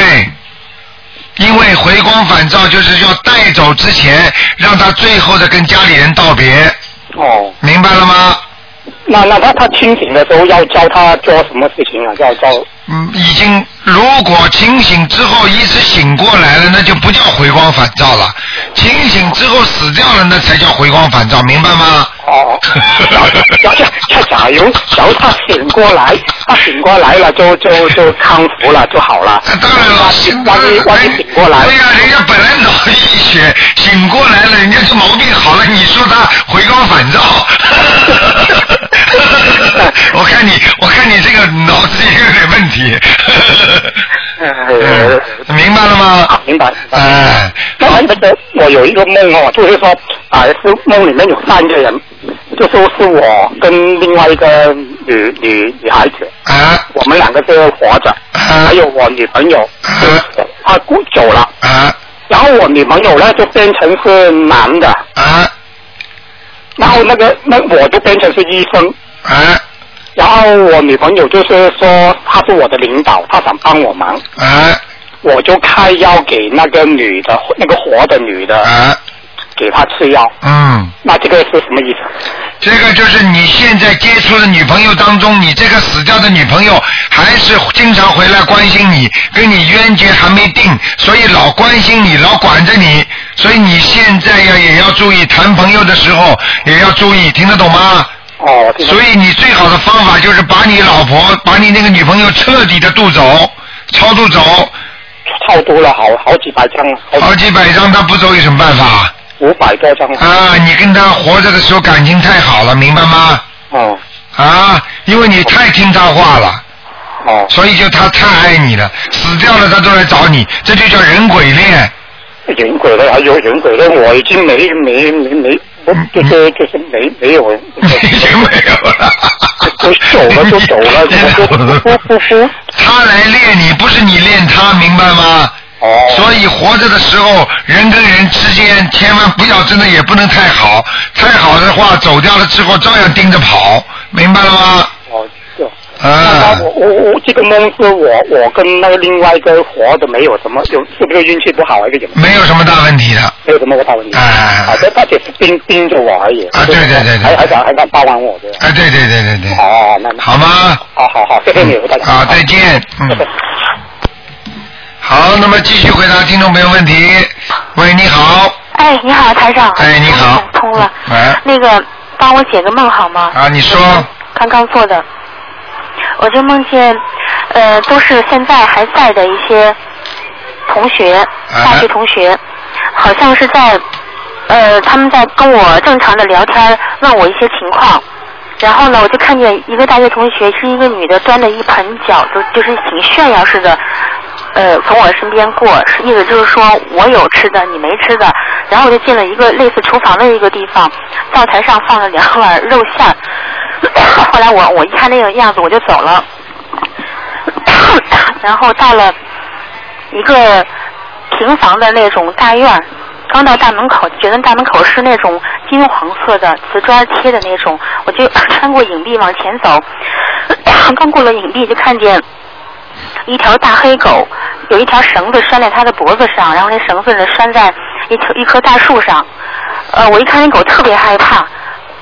[SPEAKER 2] 因为回光返照就是要带走之前，让他最后的跟家里人道别，
[SPEAKER 6] 哦，
[SPEAKER 2] 明白了吗？
[SPEAKER 6] 那那他他清醒的时候要教他做什么事情啊？要教
[SPEAKER 2] 嗯，已经如果清醒之后一直醒过来了，那就不叫回光返照了。清醒之后死掉了，那才叫回光返照，明白吗？
[SPEAKER 6] 哦，然后然后他假如假如他醒过来，他醒过来了就就就康复了就好了。
[SPEAKER 2] 那当然了，醒
[SPEAKER 6] 万一万一醒过来，
[SPEAKER 2] 对呀、人家本来脑溢血，醒过来了，人家这毛病好了，你说他回光返照？ 我看你，我看你这个脑子也有点问题。
[SPEAKER 6] 呃
[SPEAKER 2] 嗯明白了吗
[SPEAKER 6] 啊？明白。明白
[SPEAKER 2] 哎，
[SPEAKER 6] 那还有一个，我有一个梦哦，就是说啊，是梦里面有三个人，就说是我跟另外一个女女女孩子，
[SPEAKER 2] 啊
[SPEAKER 6] 我们两个是活着，
[SPEAKER 2] 啊
[SPEAKER 6] 还有我女朋友，
[SPEAKER 2] 啊
[SPEAKER 6] 她故走了，
[SPEAKER 2] 啊
[SPEAKER 6] 然后我女朋友呢就变成是男的，
[SPEAKER 2] 啊
[SPEAKER 6] 然后那个那我就变成是医生，
[SPEAKER 2] 啊
[SPEAKER 6] 然后我女朋友就是说她是我的领导，她想帮我忙，
[SPEAKER 2] 啊
[SPEAKER 6] 我就开药给那个女的，那个活的女的，
[SPEAKER 2] 啊！
[SPEAKER 6] 给她吃药，
[SPEAKER 2] 嗯，
[SPEAKER 6] 那这个是什么意思？
[SPEAKER 2] 这个就是你现在接触的女朋友当中，你这个死掉的女朋友还是经常回来关心你，跟你冤结还没定，所以老关心你，老管着你，所以你现在要也要注意，谈朋友的时候也要注意，听得懂吗？
[SPEAKER 6] 哦，听到
[SPEAKER 2] 所以你最好的方法就是把你老婆，把你那个女朋友彻底的渡走，超度走，
[SPEAKER 6] 超多了好好几百张，好
[SPEAKER 2] 好几百张她不走有什么办法？
[SPEAKER 6] 五百多张了。
[SPEAKER 2] 啊，你跟她活着的时候感情太好了，明白吗？
[SPEAKER 6] 哦
[SPEAKER 2] 啊，因为你太听他话了，
[SPEAKER 6] 哦，
[SPEAKER 2] 所以就他太爱你了，死掉了他都来找你，这就叫人鬼 恋。
[SPEAKER 6] 人鬼了，还有人鬼了，我已经没没没没，不
[SPEAKER 2] 嗯
[SPEAKER 6] 就是就是没没有人，
[SPEAKER 2] 已经没有了，
[SPEAKER 6] 就走了就走了，就就不不不，
[SPEAKER 2] 他来恋你，不是你恋他，明白吗？
[SPEAKER 6] 哦，
[SPEAKER 2] 所以活着的时候，人跟人之间千万不要真的也不能太好，太好的话走掉了之后照样盯着跑，明白了吗？
[SPEAKER 6] 哦就。
[SPEAKER 2] 啊
[SPEAKER 6] 那我，我我这个梦是我我跟那个另外一个活的没有什么，有是不是运气不好还是怎么？
[SPEAKER 2] 没有什么大问题的。
[SPEAKER 6] 没有什么大问题。
[SPEAKER 2] 哎
[SPEAKER 6] 好的，他只是盯盯着我而已。
[SPEAKER 2] 啊对对对对
[SPEAKER 6] 还还想还想帮忙我对吧？
[SPEAKER 2] 哎，对对对对对，
[SPEAKER 6] 哦，那那
[SPEAKER 2] 好吗？
[SPEAKER 6] 好好好，谢谢你，大家。
[SPEAKER 2] 好，再见。嗯。好，那么继续回答听众朋友问题。喂，你好。
[SPEAKER 5] 哎，你好，台长。
[SPEAKER 2] 哎你好
[SPEAKER 5] 通了。
[SPEAKER 2] 哎
[SPEAKER 5] 那个，帮我解个梦好吗？
[SPEAKER 2] 啊，你说。
[SPEAKER 5] 刚刚做的，我就梦见，呃，都是现在还在的一些同学，
[SPEAKER 2] 哎
[SPEAKER 5] 大学同学，好像是在，呃，他们在跟我正常的聊天，问我一些情况。然后呢，我就看见一个大学同学是一个女的端着一盆饺子，就是挺炫耀似的，呃，从我身边过，是意思就是说我有吃的，你没吃的。然后我就进了一个类似厨房的一个地方，灶台上放了两碗肉馅儿。 后来我我一看那个样子，我就走了。 然后到了一个平房的那种大院儿，刚到大门口，觉得大门口是那种金黄色的瓷砖贴的那种，我就穿过影壁往前走， 刚过了影壁就看见一条大黑狗，有一条绳子拴在它的脖子上，然后那绳子呢拴在一条一棵大树上。呃，我一看那狗特别害怕，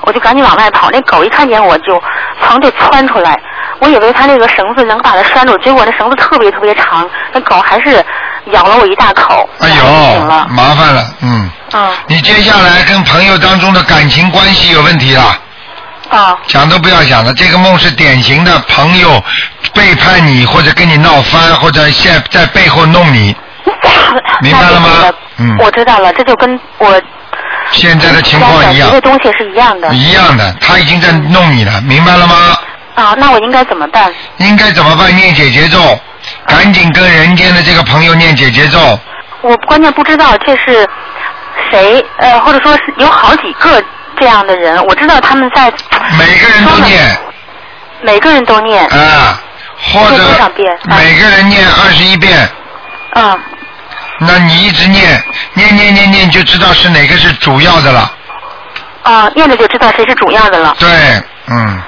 [SPEAKER 5] 我就赶紧往外跑。那狗一看见我就从就窜出来，我以为它那个绳子能把它拴住，结果那绳子特别特别长，那狗还是咬了我一大口，
[SPEAKER 2] 哎
[SPEAKER 5] 然后就醒
[SPEAKER 2] 呦
[SPEAKER 5] 了，。
[SPEAKER 2] 麻烦了，嗯，
[SPEAKER 5] 嗯，
[SPEAKER 2] 你接下来跟朋友当中的感情关系有问题了。
[SPEAKER 5] 哦，
[SPEAKER 2] 讲都不要讲了，这个梦是典型的朋友背叛你，或者跟你闹翻，或者现在背后弄你。明白了吗
[SPEAKER 5] 那就是
[SPEAKER 2] 嗯
[SPEAKER 5] 我知道了，这就跟我
[SPEAKER 2] 现在的情
[SPEAKER 5] 想
[SPEAKER 2] 况一
[SPEAKER 5] 一
[SPEAKER 2] 样嗯
[SPEAKER 5] 个，东西是一样的。
[SPEAKER 2] 一样的，他已经在弄你了，明白了吗？
[SPEAKER 5] 啊，那我应该怎么办？
[SPEAKER 2] 应该怎么办？念姐姐咒，赶紧跟人间的这个朋友念姐姐咒。
[SPEAKER 5] 我关键不知道这是谁，呃，或者说是有好几个这样的人，我知道他们在
[SPEAKER 2] 每个人都念
[SPEAKER 5] 每个人都念，
[SPEAKER 2] 啊，或
[SPEAKER 5] 念多少
[SPEAKER 2] 者
[SPEAKER 5] 遍啊
[SPEAKER 2] 每个人念二十一遍，
[SPEAKER 5] 嗯，
[SPEAKER 2] 那你一直念，念念念念就知道是哪个是主要的了。
[SPEAKER 5] 啊、念着就知道谁是主要的了。
[SPEAKER 2] 对，嗯，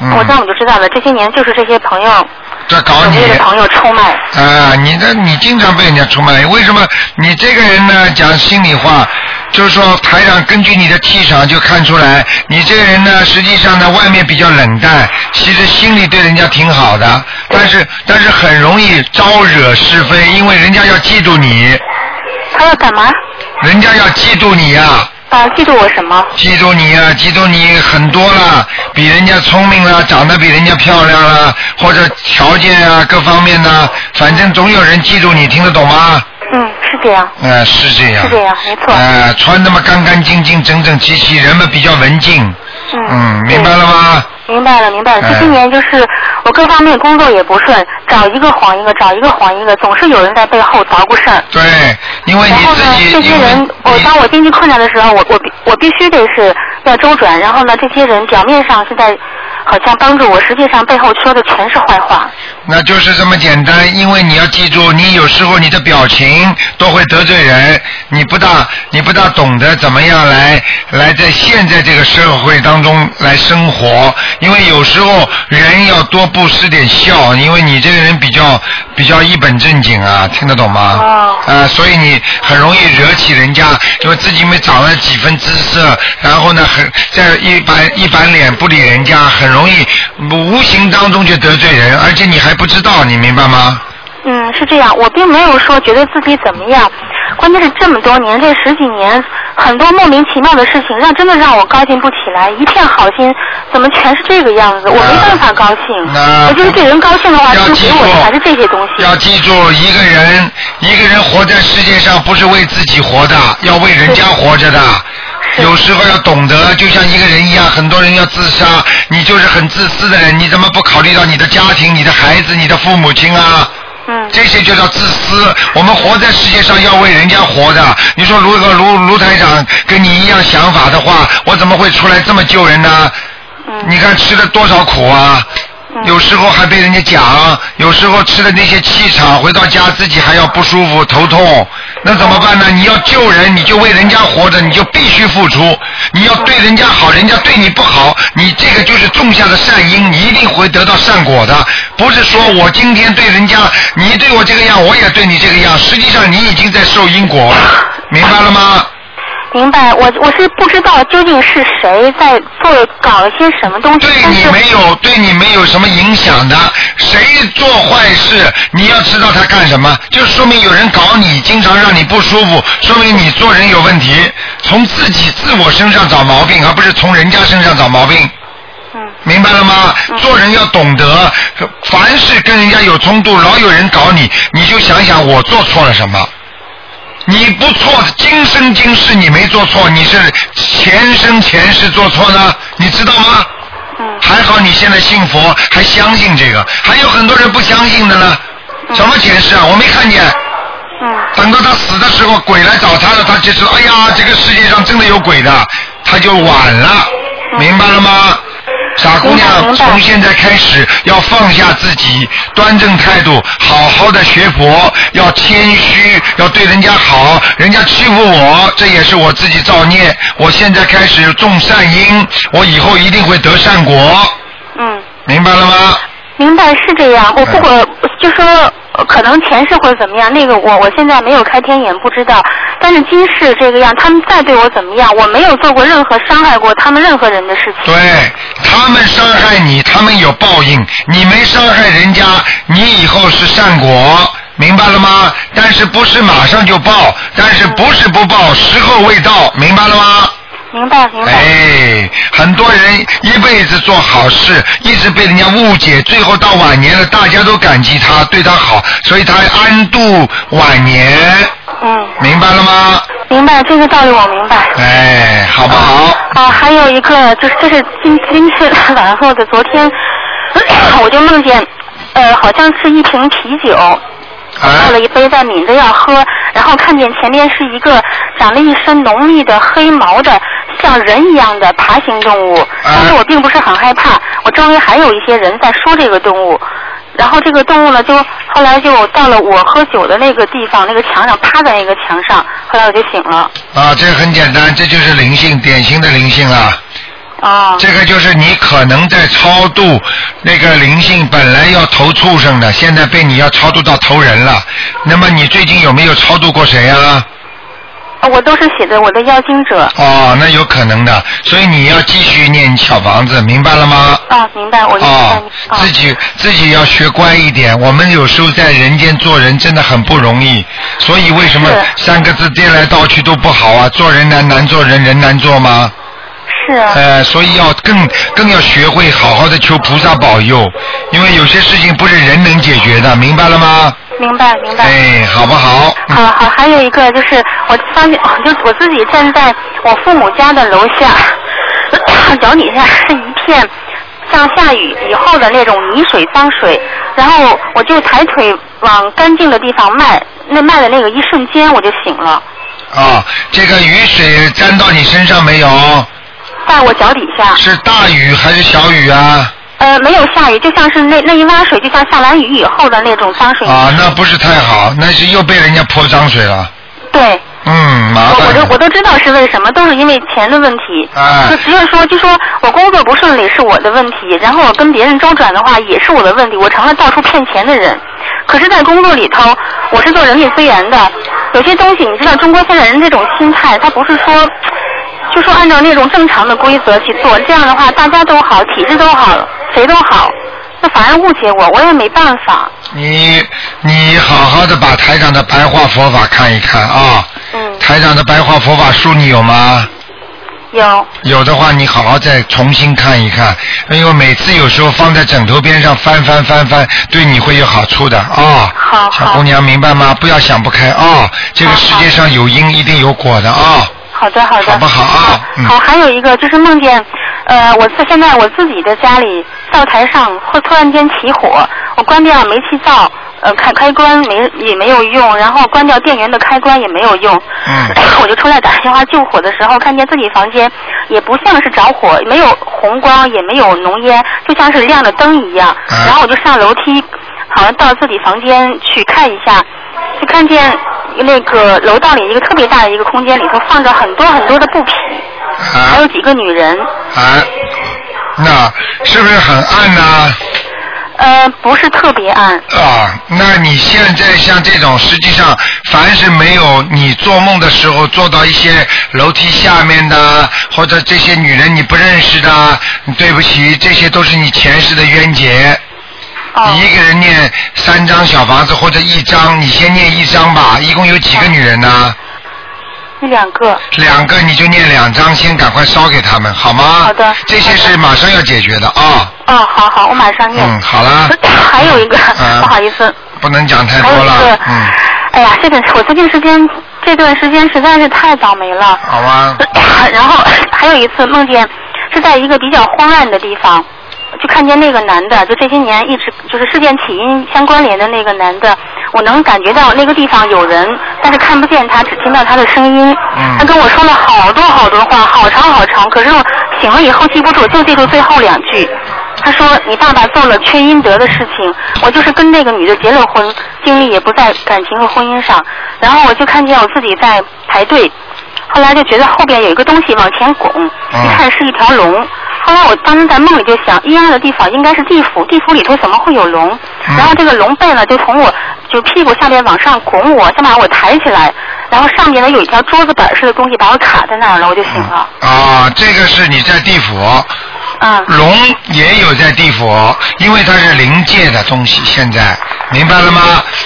[SPEAKER 2] 嗯
[SPEAKER 5] 我这样我就知道了，这些年就是这些朋友，
[SPEAKER 2] 这搞
[SPEAKER 5] 所
[SPEAKER 2] 你
[SPEAKER 5] 谓的朋友出卖，
[SPEAKER 2] 啊！你这你经常被人家出卖，为什么？你这个人呢，讲心里话，就是说台长根据你的气场就看出来，你这个人呢，实际上呢，外面比较冷淡，其实心里对人家挺好的，但是但是很容易招惹是非，因为人家要嫉妒你，
[SPEAKER 5] 他要干嘛？
[SPEAKER 2] 人家要嫉妒你啊。
[SPEAKER 5] 啊，嫉妒我什么？
[SPEAKER 2] 嫉妒你啊，嫉妒你很多啦，比人家聪明啦，长得比人家漂亮啦，或者条件啊各方面呢、反正总有人嫉妒你，听得懂吗？
[SPEAKER 5] 嗯，是这样，
[SPEAKER 2] 呃，是这样。
[SPEAKER 5] 是这样，没错。
[SPEAKER 2] 呃，穿那么干干净净、整整齐齐，人们比较文静。嗯，明白了吗？
[SPEAKER 5] 明白了，明白了。
[SPEAKER 2] 哎
[SPEAKER 5] 这些年就是我各方面工作也不顺，找一个黄一个，找一个黄一个，总是有人在背后捣鼓事儿。
[SPEAKER 2] 对，因为
[SPEAKER 5] 然
[SPEAKER 2] 你
[SPEAKER 5] 后呢
[SPEAKER 2] 自，己，
[SPEAKER 5] 这些
[SPEAKER 2] 因为
[SPEAKER 5] 人，我
[SPEAKER 2] 你
[SPEAKER 5] 当我经济困难的时候，我我必我必须得是要周转。然后呢，这些人表面上是在好像帮助我，实际上背后说的全是坏话。
[SPEAKER 2] 那就是这么简单，因为你要记住，你有时候你的表情都会得罪人，你不大你不大懂得怎么样来来在现在这个社会当中来生活，因为有时候人要多布施点孝，因为你这个人比较比较一本正经啊，听得懂吗？
[SPEAKER 5] 哦
[SPEAKER 2] 啊，所以你很容易惹起人家，因为自己没长了几分姿色，然后呢，很在一板一板脸不理人家，很容易无形当中就得罪人，而且你还不知道，你明白吗？
[SPEAKER 5] 嗯，是这样，我并没有说觉得自己怎么样，关键是这么多年，这十几年，很多莫名其妙的事情，让真的让我高兴不起来。一片好心，怎么全是这个样子？我没办法高兴。
[SPEAKER 2] 那
[SPEAKER 5] 我就是对人高兴的话，
[SPEAKER 2] 要
[SPEAKER 5] 就
[SPEAKER 2] 记
[SPEAKER 5] 给
[SPEAKER 2] 住
[SPEAKER 5] 我的还是这些东西。
[SPEAKER 2] 要记住，一个人一个人活在世界上，不是为自己活的，要为人家活着的。
[SPEAKER 5] 是
[SPEAKER 2] 有时候要懂得，就像一个人一样，很多人要自杀，你就是很自私的人，你怎么不考虑到你的家庭、你的孩子、你的父母亲啊？
[SPEAKER 5] 嗯，
[SPEAKER 2] 这些就叫自私。我们活在世界上要为人家活的。你说如果卢卢台长跟你一样想法的话，我怎么会出来这么救人呢？
[SPEAKER 5] 嗯
[SPEAKER 2] 你看吃了多少苦啊！有时候还被人家讲，有时候吃的那些气场，回到家自己还要不舒服、头痛，那怎么办呢？你要救人，你就为人家活着，你就必须付出。你要对人家好，人家对你不好，你这个就是种下的善因，你一定会得到善果的。不是说我今天对人家，你对我这个样，我也对你这个样，实际上你已经在受因果了，明白了吗？
[SPEAKER 5] 明白。我我是不知道究竟是谁在做搞了些什么东西，
[SPEAKER 2] 对
[SPEAKER 5] 但
[SPEAKER 2] 你
[SPEAKER 5] 是
[SPEAKER 2] 没有对你没有什么影响的。谁做坏事，你要知道他干什么，就说明有人搞你，经常让你不舒服，说明你做人有问题，从自己自我身上找毛病，而不是从人家身上找毛病。
[SPEAKER 5] 嗯
[SPEAKER 2] 明白了吗？做人要懂得，凡是跟人家有冲突，老有人搞你，你就想想我做错了什么。你不错，今生今世你没做错，你是前生前世做错呢，你知道吗？
[SPEAKER 5] 嗯
[SPEAKER 2] 还好你现在信佛，还相信这个，还有很多人不相信的呢。什么前世啊？我没看见。
[SPEAKER 5] 嗯
[SPEAKER 2] 等到他死的时候，鬼来找他了，他就知道，哎呀，这个世界上真的有鬼的，他就晚了，明白了吗？傻姑娘，
[SPEAKER 5] 嗯明白明白
[SPEAKER 2] 从现在开始要放下自己，端正态度，好好的学佛，要谦虚，要对人家好。人家欺负我，这也是我自己造孽。我现在开始种善因，我以后一定会得善果，
[SPEAKER 5] 嗯，
[SPEAKER 2] 明白了吗？
[SPEAKER 5] 明白是这样。我不
[SPEAKER 2] 嗯
[SPEAKER 5] 管，就说呃可能前世或者怎么样，那个我我现在没有开天眼不知道，但是今世这个样，他们再对我怎么样，我没有做过任何伤害过他们任何人的事情。
[SPEAKER 2] 对他们伤害你，他们有报应。你没伤害人家，你以后是善果，明白了吗？但是不是马上就报，但是不是不报，时候未到，明白了吗？
[SPEAKER 5] 明白明白。
[SPEAKER 2] 哎，很多人一辈子做好事，一直被人家误解，最后到晚年了，大家都感激他，对他好，所以他安度晚年，
[SPEAKER 5] 嗯，
[SPEAKER 2] 明白了吗？
[SPEAKER 5] 明白这个道理我明白。
[SPEAKER 2] 哎，好不好？
[SPEAKER 5] 啊，还有一个就是这是今今天晚后的，昨天我就梦见，呃，好像是一瓶啤酒，
[SPEAKER 2] 啊
[SPEAKER 5] 倒了一杯在抿着要喝，然后看见前面是一个长了一身浓密的黑毛的像人一样的爬行动物，但是我并不是很害怕，我周围还有一些人在说这个动物。然后这个动物呢，就后来就到了我喝酒的那个地方，那个墙上趴在那个墙上，后来我就醒了。
[SPEAKER 2] 啊，这个很简单，这就是灵性，典型的灵性了。
[SPEAKER 5] 啊，
[SPEAKER 2] 这个就是你可能在超度那个灵性，本来要投畜生的，现在被你要超度到投人了。那么你最近有没有超度过谁啊？
[SPEAKER 5] 我都是写的我的邀请者。
[SPEAKER 2] 哦，那有可能的，所以你要继续念小房子，明白了吗？
[SPEAKER 5] 啊，明白，我明白
[SPEAKER 2] 哦
[SPEAKER 5] 你。，啊
[SPEAKER 2] 自己自己要学乖一点。我们有时候在人间做人真的很不容易，所以为什么
[SPEAKER 5] 是
[SPEAKER 2] 三个字颠来倒去都不好啊？做人难，难做人，人难做吗？
[SPEAKER 5] 是啊，
[SPEAKER 2] 呃，所以要更更要学会好好的求菩萨保佑，因为有些事情不是人能解决的，明白了吗？
[SPEAKER 5] 明白明白。
[SPEAKER 2] 哎，好不好？
[SPEAKER 5] 好好，还有一个就是我发现，我就我自己站在我父母家的楼下，脚底下是一片像下雨以后的那种泥水脏水，然后我就抬腿往干净的地方迈，那迈的那个一瞬间我就醒了，
[SPEAKER 2] 啊，这个雨水沾到你身上没有？
[SPEAKER 5] 啊在我脚底下，
[SPEAKER 2] 是大雨还是小雨啊？
[SPEAKER 5] 呃，没有下雨，就像是那那一洼水，就像下完雨以后的那种脏水。
[SPEAKER 2] 啊，那不是太好，那是又被人家泼脏水了。
[SPEAKER 5] 对，
[SPEAKER 2] 嗯，麻
[SPEAKER 5] 我我
[SPEAKER 2] 烦
[SPEAKER 5] 都我
[SPEAKER 2] 了。
[SPEAKER 5] 都知道是为什么，都是因为钱的问题。
[SPEAKER 2] 哎
[SPEAKER 5] 就只有说，就说我工作不顺利是我的问题，然后我跟别人周转的话也是我的问题，我成了到处骗钱的人。可是，在工作里头，我是做人力资源的，有些东西你知道，中国现在人这种心态，他不是说，就说按照那种正常的规则去做，这样的话大家都好，体制都好，谁都好，那反而误解我，我也没办法。
[SPEAKER 2] 你你好好的把台长的白话佛法看一看啊。
[SPEAKER 5] 嗯，
[SPEAKER 2] 台长的白话佛法书你有吗？
[SPEAKER 5] 有，
[SPEAKER 2] 有的话，你好好再重新看一看，因为每次有时候放在枕头边上翻翻翻翻，对你会有好处的啊、
[SPEAKER 5] 好
[SPEAKER 2] 小姑娘明白吗？不要想不开啊、这个世界上有因一定有果的啊、
[SPEAKER 5] 好的，好的，
[SPEAKER 2] 好不好啊嗯
[SPEAKER 5] 好，还有一个就是梦见，呃，我自现在我自己的家里灶台上会突然间起火，我关掉煤气灶，呃，开开关没也没有用，然后关掉电源的开关也没有用，
[SPEAKER 2] 嗯
[SPEAKER 5] 我就出来打电话救火的时候，看见自己房间也不像是着火，没有红光，也没有浓烟，就像是亮着灯一样，
[SPEAKER 2] 嗯
[SPEAKER 5] 然后我就上楼梯，好像到自己房间去看一下，就看见那个楼道里一个特别大的一个空间里头放着很多很多的布匹，还有几个女人。
[SPEAKER 2] 啊啊，那是不是很暗啊呢、
[SPEAKER 5] 呃，不是特别暗，
[SPEAKER 2] 啊，那你现在像这种，实际上凡是没有你做梦的时候做到一些楼梯下面的，啊或者这些女人你不认识的，啊对不起，这些都是你前世的冤结。
[SPEAKER 5] 哦，
[SPEAKER 2] 你一个人念三张小房子或者一张，你先念一张吧。一共有几个女人呢？
[SPEAKER 5] 一两个，
[SPEAKER 2] 两个你就念两张，先赶快烧给他们，好吗？
[SPEAKER 5] 好的
[SPEAKER 2] 这些
[SPEAKER 5] 好
[SPEAKER 2] 是
[SPEAKER 5] 的
[SPEAKER 2] 马上要解决的啊、
[SPEAKER 5] 哦，好好，我马上念。。
[SPEAKER 2] 嗯，好啦
[SPEAKER 5] 还有一个，
[SPEAKER 2] 嗯
[SPEAKER 5] 不好意思，
[SPEAKER 2] 不能讲太
[SPEAKER 5] 还
[SPEAKER 2] 多
[SPEAKER 5] 有一个
[SPEAKER 2] 了，，嗯，
[SPEAKER 5] 哦哎呀，这个我最近时间这段时间实在是太倒霉了。
[SPEAKER 2] 好吗？
[SPEAKER 5] 然后还有一次梦见是在一个比较荒暗的地方，就看见那个男的，就这些年一直就是事件起因相关联的那个男的，我能感觉到那个地方有人，但是看不见他，只听到他的声音。
[SPEAKER 2] 嗯
[SPEAKER 5] 他跟我说了好多好多话，好长好长，可是我醒了以后记不住，就记住最后两句。他说你爸爸做了缺阴德的事情，我就是跟那个女的结了婚，精力也不在感情和婚姻上。然后我就看见我自己在排队，后来就觉得后边有一个东西往前拱，一看是一条龙。后来我当时在梦里就想，阴暗的地方应该是地府，地府里头怎么会有龙？然后这个龙背呢，就从我就屁股下面往上拱我，先把我抬起来，然后上面呢有一条桌子板似的东西把我卡在那儿了，我就醒了。
[SPEAKER 2] 啊，这个是你在地府，
[SPEAKER 5] 嗯，
[SPEAKER 2] 龙也有在地府，因为它是灵界的东西。现在明白了吗？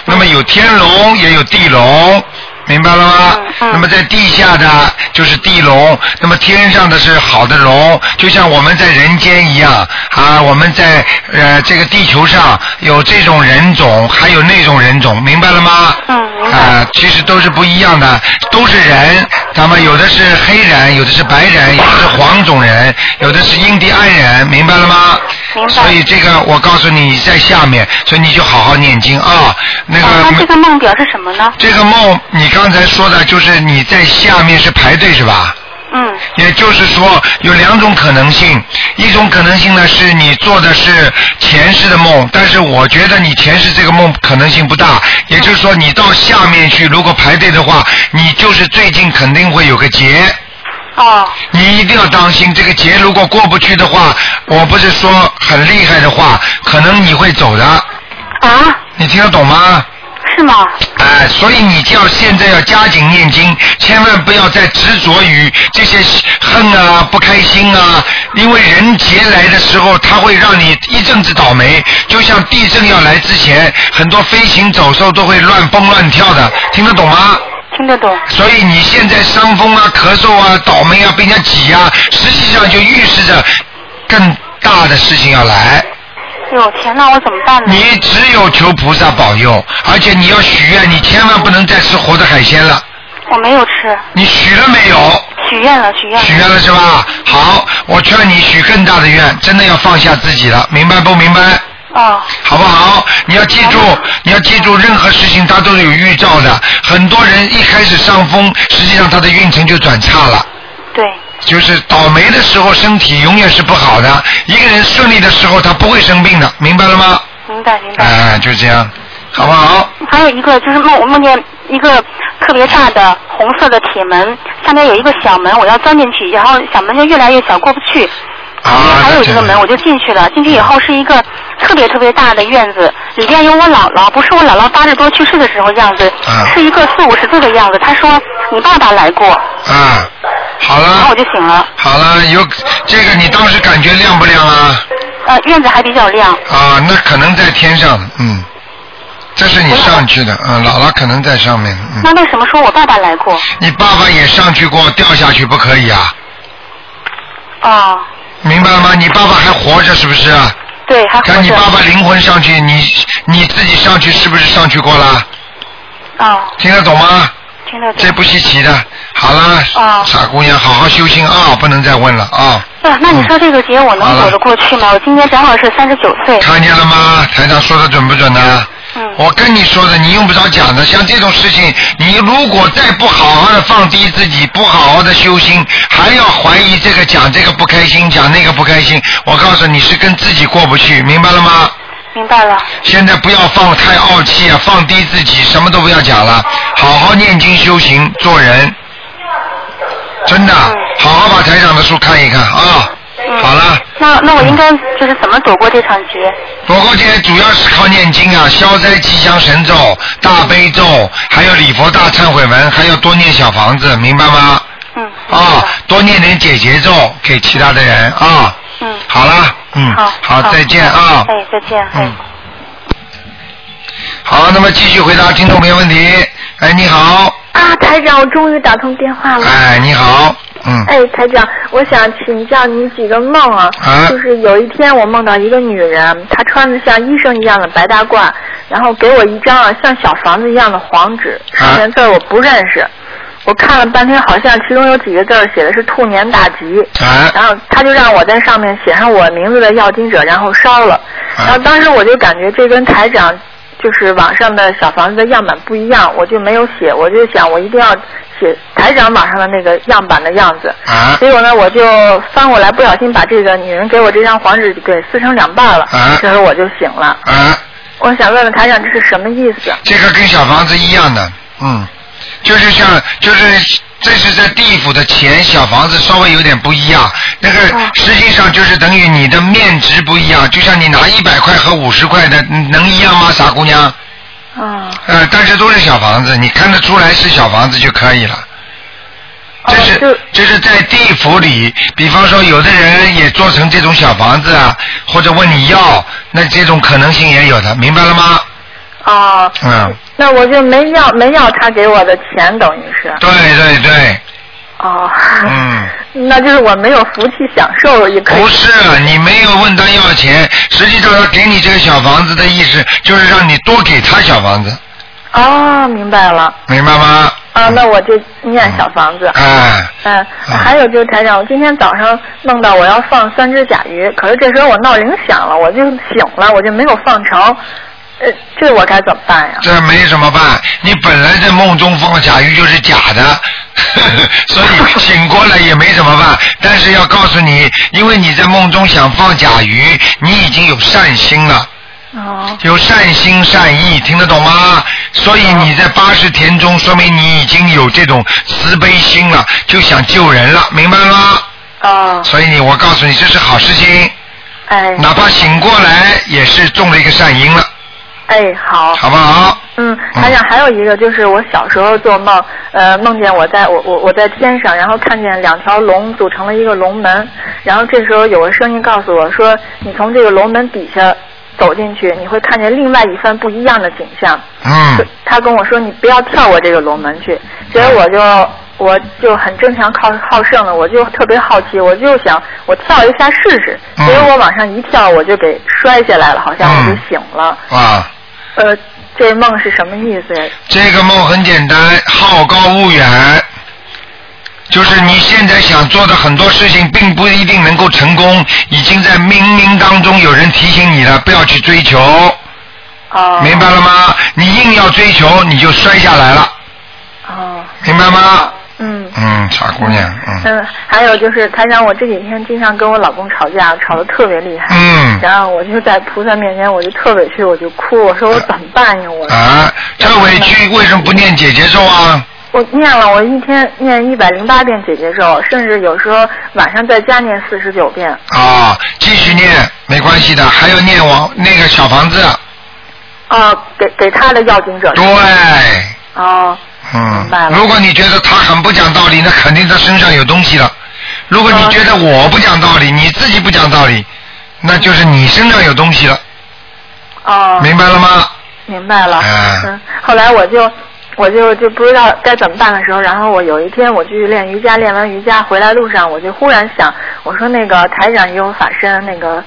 [SPEAKER 2] 那么有天龙，也有地龙，明白了吗？那么在地下的就是地龙，那么天上的是好的龙，就像我们在人间一样啊。我们在呃这个地球上有这种人种，还有那种人种，明白了吗？
[SPEAKER 5] 嗯，明白
[SPEAKER 2] 啊，其实都是不一样的，都是人。咱们有的是黑人，有的是白人，有的是黄种人，有的是印第安人，明白了吗？
[SPEAKER 5] 明白
[SPEAKER 2] 所以这个我告诉你，你在下面，所以你就好好念经啊。那个、
[SPEAKER 5] 那这个梦表示什么呢？
[SPEAKER 2] 这个梦，你刚才说的就是你在下面是排队是吧？
[SPEAKER 5] 嗯
[SPEAKER 2] 也就是说，有两种可能性，一种可能性呢是你做的是前世的梦，但是我觉得你前世这个梦可能性不大。也就是说，你到下面去，如果排队的话，你就是最近肯定会有个劫。
[SPEAKER 5] 哦
[SPEAKER 2] 你一定要当心，这个劫如果过不去的话，我不是说很厉害的话，可能你会走的。
[SPEAKER 5] 啊，
[SPEAKER 2] 你听得懂吗？
[SPEAKER 5] 是吗？
[SPEAKER 2] 哎，所以你就要现在要加紧念经，千万不要再执着于这些恨啊、不开心啊，因为人劫来的时候，它会让你一阵子倒霉。就像地震要来之前，很多飞行走兽都会乱蹦乱跳的，听得懂吗？
[SPEAKER 5] 听得懂。
[SPEAKER 2] 所以你现在伤风啊、咳嗽啊、倒霉啊、被人家挤啊，实际上就预示着更大的事情要来。
[SPEAKER 5] 有钱那我怎么办呢？
[SPEAKER 2] 你只有求菩萨保佑，而且你要许愿，你千万不能再吃活的海鲜了。
[SPEAKER 5] 我没有吃，
[SPEAKER 2] 你许了没有？
[SPEAKER 5] 许愿了，许愿
[SPEAKER 2] 许
[SPEAKER 5] 了。
[SPEAKER 2] 愿了是吧？好，我劝你许更大的愿，真的要放下自己了，明白不明白？
[SPEAKER 5] 哦，
[SPEAKER 2] 好不好？你要记住，你要记住，任何事情它都是有预兆的。很多人一开始上风，实际上他的运程就转差了。
[SPEAKER 5] 对，
[SPEAKER 2] 就是倒霉的时候，身体永远是不好的。一个人顺利的时候，他不会生病的，明白了吗？
[SPEAKER 5] 明白明白。
[SPEAKER 2] 哎、就这样，好不好？
[SPEAKER 5] 还有一个就是梦，我梦见一个特别大的红色的铁门，下面有一个小门，我要钻进去，然后小门就越来越小，过不去。
[SPEAKER 2] 啊
[SPEAKER 5] 旁边还有一个门，我就进去了。进去以后是一个特别特别大的院子，里边有我姥姥，不是我姥姥八十多去世的时候样子，
[SPEAKER 2] 嗯
[SPEAKER 5] 是一个四五十岁的样子。她说你爸爸来过，
[SPEAKER 2] 啊，好
[SPEAKER 5] 然后
[SPEAKER 2] 了，
[SPEAKER 5] 我就醒了。
[SPEAKER 2] 好了，有这个你当时感觉亮不亮啊？
[SPEAKER 5] 呃，院子还比较亮，
[SPEAKER 2] 啊，那可能在天上，嗯，这是你上去的，嗯，姥姥可能在上面，嗯，
[SPEAKER 5] 那为什么说我爸爸来过？
[SPEAKER 2] 你爸爸也上去过，掉下去不可以啊，
[SPEAKER 5] 哦，
[SPEAKER 2] 明白了吗？你爸爸还活着是不是啊？
[SPEAKER 5] 对，还活
[SPEAKER 2] 看你
[SPEAKER 5] 着。
[SPEAKER 2] 爸爸灵魂上去，你你自己上去是不是上去过了？
[SPEAKER 5] 哦，
[SPEAKER 2] 听得懂吗？
[SPEAKER 5] 听得懂
[SPEAKER 2] 这。不稀奇的。好了，
[SPEAKER 5] 哦
[SPEAKER 2] 傻姑娘，好好修心啊，不能再问了啊。
[SPEAKER 5] 啊，那你说这个节我能走得过去吗？我今年正好是三十九岁。
[SPEAKER 2] 看见了吗？台长说的准不准呢、啊
[SPEAKER 5] 嗯，
[SPEAKER 2] 我跟你说的，你用不着讲的。像这种事情，你如果再不好好的放低自己，不好好的修心，还要怀疑这个讲这个不开心，讲那个不开心，我告诉你是跟自己过不去，明白了吗？
[SPEAKER 5] 明白了。
[SPEAKER 2] 现在不要放太傲气啊，放低自己，什么都不要讲了，好好念经修行做人，真的，好好把台长的书看一看啊。
[SPEAKER 5] 嗯
[SPEAKER 2] 好了，
[SPEAKER 5] 那那我应该就是怎么躲过这场劫？
[SPEAKER 2] 不过这主要是靠念经啊，消灾吉祥神咒、大悲咒，还有礼佛大忏悔文，还要多念小房子，明白吗？
[SPEAKER 5] 嗯。
[SPEAKER 2] 啊、多念点解结咒给其他的人啊、
[SPEAKER 5] 嗯。
[SPEAKER 2] 好了，嗯，
[SPEAKER 5] 好。
[SPEAKER 2] 再见啊。
[SPEAKER 5] 哎，再见。
[SPEAKER 2] 嗯
[SPEAKER 5] 哎。。
[SPEAKER 2] 好，那么继续回答听众朋友问题。哎，你好，
[SPEAKER 7] 啊，台长，我终于打通电话了。
[SPEAKER 2] 哎，你好，嗯，
[SPEAKER 7] 哎，台长，我想请教你几个梦啊。
[SPEAKER 2] 啊
[SPEAKER 7] 就是有一天我梦到一个女人，她穿着像医生一样的白大褂，然后给我一张啊像小房子一样的黄纸，
[SPEAKER 2] 啊
[SPEAKER 7] 上面字儿我不认识。我看了半天，好像其中有几个字儿写的是兔年大吉。
[SPEAKER 2] 哎，
[SPEAKER 7] 然后他就让我在上面写上我名字的要经者，然后烧了。
[SPEAKER 2] 啊
[SPEAKER 7] 然后当时我就感觉这跟台长就是网上的小房子的样板不一样，我就没有写，我就想我一定要写台长网上的那个样板的样子。
[SPEAKER 2] 啊
[SPEAKER 7] 结果呢，我就翻过来，不小心把这个女人给我这张黄纸给撕成两半了
[SPEAKER 2] 啊，
[SPEAKER 7] 这时候我就醒了。
[SPEAKER 2] 啊，
[SPEAKER 7] 我想问问台长，这是什么意思？
[SPEAKER 2] 这个跟小房子一样的，嗯，就是像就是这是在地府的钱，小房子稍微有点不一样，那个
[SPEAKER 7] 哦
[SPEAKER 2] 实际上就是等于你的面值不一样，就像你拿一百块和五十块的嗯能一样吗，傻姑娘？
[SPEAKER 7] 啊，
[SPEAKER 2] 呃，但是都是小房子，你看得出来是小房子就可以了。这
[SPEAKER 7] 哦
[SPEAKER 2] 是
[SPEAKER 7] 就
[SPEAKER 2] 这是在地府里，比方说有的人也做成这种小房子啊，或者问你要，那这种可能性也有的，明白了吗？
[SPEAKER 7] 哦，
[SPEAKER 2] 嗯，
[SPEAKER 7] 那我就没要没要他给我的钱，等于是。
[SPEAKER 2] 对对对，
[SPEAKER 7] 哦。
[SPEAKER 2] 嗯，
[SPEAKER 7] 那就是我没有福气享受也可以
[SPEAKER 2] 不。是啊你没有问他要钱，实际上他给你这个小房子的意思就是让你多给他小房子，
[SPEAKER 7] 哦，明白了。
[SPEAKER 2] 明白吗？
[SPEAKER 7] 啊，那我就念小房子。
[SPEAKER 2] 哎，
[SPEAKER 7] 嗯，还有就是台长，我今天早上梦到我要放三只甲鱼，可是这时候我闹铃响了，我就醒了，我就没有放成，呃，这我该怎么办呀？
[SPEAKER 2] 这没什么办，你本来在梦中放甲鱼就是假的， 所以醒过来也没什么办。但是要告诉你，因为你在梦中想放甲鱼，你已经有善心了，
[SPEAKER 7] 哦，
[SPEAKER 2] 有善心善意，听得懂吗？所以你在八十田中，说明你已经有这种慈悲心了，就想救人了，明白了吗？
[SPEAKER 7] 哦，
[SPEAKER 2] 所以你，我告诉你，这是好事情，
[SPEAKER 7] 哎，
[SPEAKER 2] 哪怕醒过来也是种了一个善因了，
[SPEAKER 7] 哎，好，
[SPEAKER 2] 好不好？
[SPEAKER 7] 嗯，台长还有一个就是我小时候做梦，呃，梦见我在我我我在天上，然后看见两条龙组成了一个龙门，然后这时候有个声音告诉我说，你从这个龙门底下走进去，你会看见另外一番不一样的景象。
[SPEAKER 2] 嗯，
[SPEAKER 7] 他跟我说你不要跳过这个龙门去，所以我就我就很争强好好胜的，我就特别好奇，我就想我跳一下试试，
[SPEAKER 2] 嗯
[SPEAKER 7] 结果我往上一跳，我就给摔下来了，好像我就
[SPEAKER 2] 嗯
[SPEAKER 7] 醒了。
[SPEAKER 2] 啊。
[SPEAKER 7] 呃，这梦是什么意思呀？
[SPEAKER 2] 这个梦很简单，好高骛远，就是你现在想做的很多事情，并不一定能够成功，已经在冥冥当中有人提醒你了，不要去追求，
[SPEAKER 7] 哦，
[SPEAKER 2] 明白了吗？你硬要追求，你就摔下来了，
[SPEAKER 7] 哦，
[SPEAKER 2] 明白吗？
[SPEAKER 7] 嗯。
[SPEAKER 2] 嗯，傻姑娘，嗯，
[SPEAKER 7] 嗯，还有就是，台长，我这几天经常跟我老公吵架，吵得特别厉害。
[SPEAKER 2] 嗯
[SPEAKER 7] 然后我就在菩萨面前，我就特委屈，我就哭，我说我怎么办呀？我、
[SPEAKER 2] 啊，这委屈为什么不念姐姐咒啊？
[SPEAKER 7] 我念了，我一天念一百零八遍姐姐咒，甚至有时候晚上在家念四十九遍。
[SPEAKER 2] 啊，继续念，没关系的，还要念往那个小房子，
[SPEAKER 7] 啊，给给他的要经者。
[SPEAKER 2] 对。
[SPEAKER 7] 哦，
[SPEAKER 2] 嗯
[SPEAKER 7] 明白，了
[SPEAKER 2] 如果你觉得他很不讲道理，那肯定他身上有东西了。如果你觉得我不讲道理，你自己不讲道理，那就是你身上有东西了，
[SPEAKER 7] 哦，
[SPEAKER 2] 明白了吗？
[SPEAKER 7] 明白了。
[SPEAKER 2] 嗯
[SPEAKER 7] 嗯，后来我就我就就不知道该怎么办的时候，然后我有一天我去练瑜伽，练完瑜伽回来路上，我就忽然想，我说那个台长也有法身，那个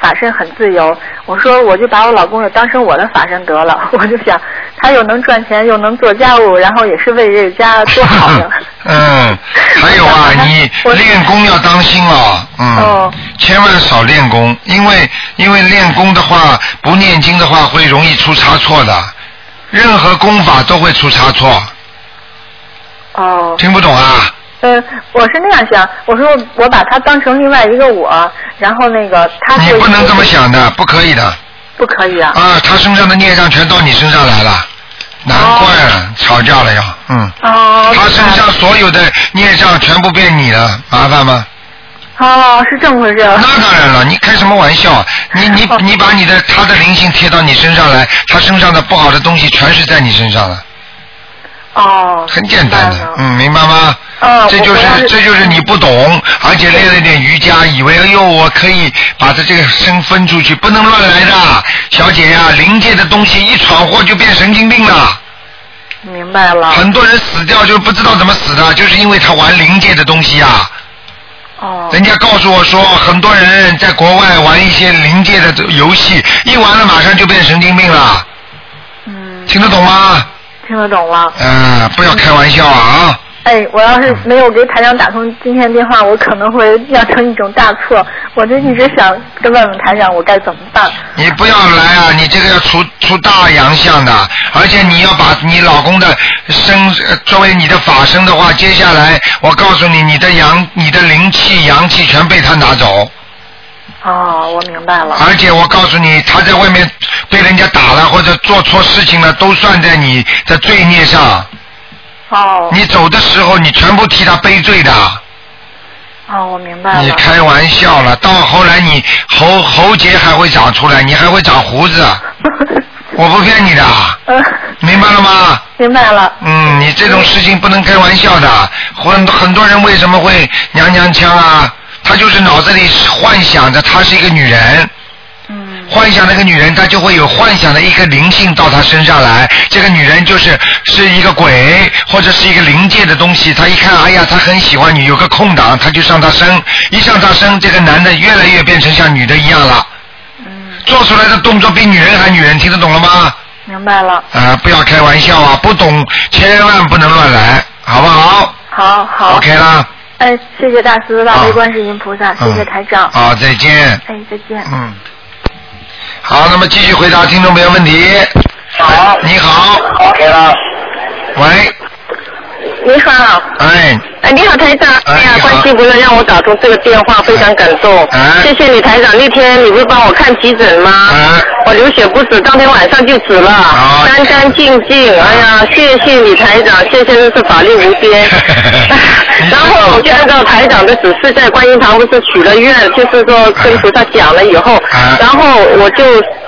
[SPEAKER 7] 法身很自由，我说我就把我老公也当成我的法身得了， 我就想他又能赚钱，又能做家务， 然后也是为这个家 多好呀。
[SPEAKER 2] 嗯，还有啊，你
[SPEAKER 7] 我
[SPEAKER 2] 练功要当心哦，嗯，
[SPEAKER 7] 哦
[SPEAKER 2] 千万少练功，因为因为练功的话，不念经的话会容易出差错的，任何功法都会出差错，
[SPEAKER 7] 哦，
[SPEAKER 2] 听不懂啊？
[SPEAKER 7] 呃，我是那样想，我说我把他当成另外一个我，然后那个他
[SPEAKER 2] 你
[SPEAKER 7] 是
[SPEAKER 2] 不能这么，想的，不可以的。
[SPEAKER 7] 不可以啊。
[SPEAKER 2] 啊，他身上的孽障全到你身上来了，难怪了，吵架了呀，嗯。
[SPEAKER 7] 哦，
[SPEAKER 2] 他身上所有的孽障全部变你了，麻烦吗？
[SPEAKER 7] 哦，哦是这么回事。
[SPEAKER 2] 那当然了，你开什么玩笑啊？你你你把你的他的灵性贴到你身上来，他身上的不好的东西全是在你身上了，
[SPEAKER 7] 哦，
[SPEAKER 2] 很简单
[SPEAKER 7] 明白
[SPEAKER 2] 的
[SPEAKER 7] 了，
[SPEAKER 2] 嗯，明白吗？
[SPEAKER 7] 哦
[SPEAKER 2] 这就
[SPEAKER 7] 我我要
[SPEAKER 2] 是
[SPEAKER 7] 是嗯
[SPEAKER 2] 这就是你不懂，而且练了一点瑜伽，以为哎呦我可以把他这个身分出去，不能乱来的，小姐呀、灵界的东西一闯祸就变神经病了。
[SPEAKER 7] 明白了。
[SPEAKER 2] 很多人死掉就不知道怎么死的，就是因为他玩灵界的东西啊。
[SPEAKER 7] 哦，
[SPEAKER 2] 人家告诉我说，很多人在国外玩一些灵界的游戏，一玩了马上就变神经病了，
[SPEAKER 7] 嗯，
[SPEAKER 2] 听得懂吗？
[SPEAKER 7] 听得懂了。
[SPEAKER 2] 嗯、不要开玩笑啊！
[SPEAKER 7] 哎，我要是没有给台长打通今天电话，我可能会酿成一种大错。我就一直想跟问问台长，我该怎么办？
[SPEAKER 2] 你不要来啊！你这个要出出大洋相的，而且你要把你老公的身呃作为你的法身的话，接下来我告诉你，你的阳、你的灵气、阳气全被他拿走，
[SPEAKER 7] 哦，我明白了。
[SPEAKER 2] 而且我告诉你，他在外面被人家打了或者做错事情了，都算在你的罪孽上。
[SPEAKER 7] 哦，
[SPEAKER 2] 你走的时候，你全部替他背罪的。
[SPEAKER 7] 哦，我明白
[SPEAKER 2] 你
[SPEAKER 7] 了。
[SPEAKER 2] 开玩笑了，到后来你喉喉结还会长出来，你还会长胡子，我不骗你的，
[SPEAKER 7] 嗯，
[SPEAKER 2] 明白了吗？
[SPEAKER 7] 明白了。
[SPEAKER 2] 嗯，你这种事情不能开玩笑的。很很多人为什么会娘娘腔啊？他就是脑子里幻想着她是一个女人，
[SPEAKER 7] 嗯，
[SPEAKER 2] 幻想那个女人，她就会有幻想的一个灵性到她身上来。这个女人就是是一个鬼，或者是一个灵界的东西。她一看，哎呀，她很喜欢你，有个空档，她就上她身。一上她身，这个男的越来越变成像女的一样了，
[SPEAKER 7] 嗯，
[SPEAKER 2] 做出来的动作比女人还女人，听得懂了吗？
[SPEAKER 7] 明白了。
[SPEAKER 2] 啊、不要开玩笑啊，不懂千万不能乱来，好不好
[SPEAKER 7] 好好。
[SPEAKER 2] o k 啦，
[SPEAKER 7] 哎，谢谢大慈大悲
[SPEAKER 2] 啊
[SPEAKER 7] 观世音菩萨，谢谢
[SPEAKER 2] 嗯
[SPEAKER 7] 台长。
[SPEAKER 2] 好、再见。
[SPEAKER 7] 哎，再见。
[SPEAKER 2] 嗯，好，那么继续回答听众朋友问题。
[SPEAKER 6] 好
[SPEAKER 2] 你好，
[SPEAKER 6] ，OK 了。
[SPEAKER 2] 喂，
[SPEAKER 5] 你好，
[SPEAKER 2] 哎，
[SPEAKER 5] 哎，你好，台长。
[SPEAKER 2] 哎
[SPEAKER 5] 哎呀
[SPEAKER 2] 你，好
[SPEAKER 5] 关心不能让我打通这个电话，非常感动。
[SPEAKER 2] 哎
[SPEAKER 5] 谢啊谢你，台长。那天你不是帮我看急诊吗？
[SPEAKER 2] 哎
[SPEAKER 5] 我流血不止，当天晚上就止了，
[SPEAKER 2] 好
[SPEAKER 5] 干干净净。哎呀，谢谢你，台长，谢谢，真是法力无边
[SPEAKER 2] 你。
[SPEAKER 5] 然后我就按照台长的指示，在观音堂不是许了愿，就是说跟菩萨讲了以后，
[SPEAKER 2] 哎
[SPEAKER 5] 然后我就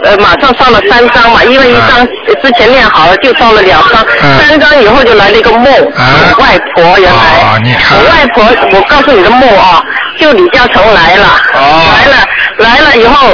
[SPEAKER 5] 呃马上上了三张嘛，因为一张之前练好了，就上了两张，
[SPEAKER 2] 哎
[SPEAKER 5] 三张以后就来了一个梦，
[SPEAKER 2] 哎
[SPEAKER 5] 我外婆原来，
[SPEAKER 2] 哦你看
[SPEAKER 5] 我外婆，我告诉你的梦啊，就李嘉诚来了，
[SPEAKER 2] 哦
[SPEAKER 5] 来了来了以后，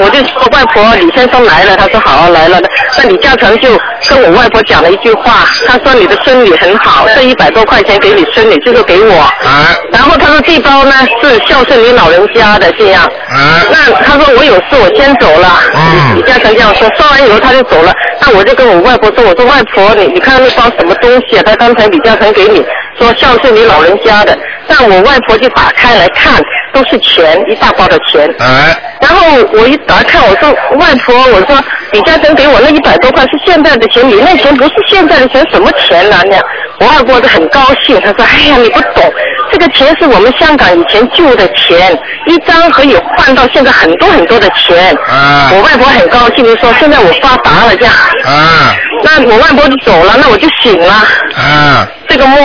[SPEAKER 5] 我就说外婆李先生来了，他说好来了，那李嘉诚就跟我外婆讲了一句话，他说你的孙女很好，这一百多块钱给你孙女，就是给我，
[SPEAKER 2] 哎，
[SPEAKER 5] 然后他说这包呢是孝顺你老人家的这样。
[SPEAKER 2] 哎，
[SPEAKER 5] 那他说我有事，我先走了。
[SPEAKER 2] 嗯
[SPEAKER 5] 李 嘉诚这样说，说完以后他就走了。那我就跟我外婆说，我说外婆，你你看那包什么东西啊？他刚才李嘉诚给你说孝顺你老人家的。那我外婆就打开来看，都是钱，一大包的钱。
[SPEAKER 2] 哎，
[SPEAKER 5] 然后我一打开，我说外婆，我说李嘉诚给我那一百多块是现在的钱，你那钱不是现在的钱，什么钱呐、那样我外婆就很高兴，她说：“哎呀，你不懂，这个钱是我们香港以前旧的钱，一张可以换到现在很多很多的钱。
[SPEAKER 2] 啊
[SPEAKER 5] 我外婆很高兴，就说：“现在我发达了，这样。
[SPEAKER 2] 啊，
[SPEAKER 5] 那我外婆就走了，那我就醒了。
[SPEAKER 2] 啊，
[SPEAKER 5] 这个梦，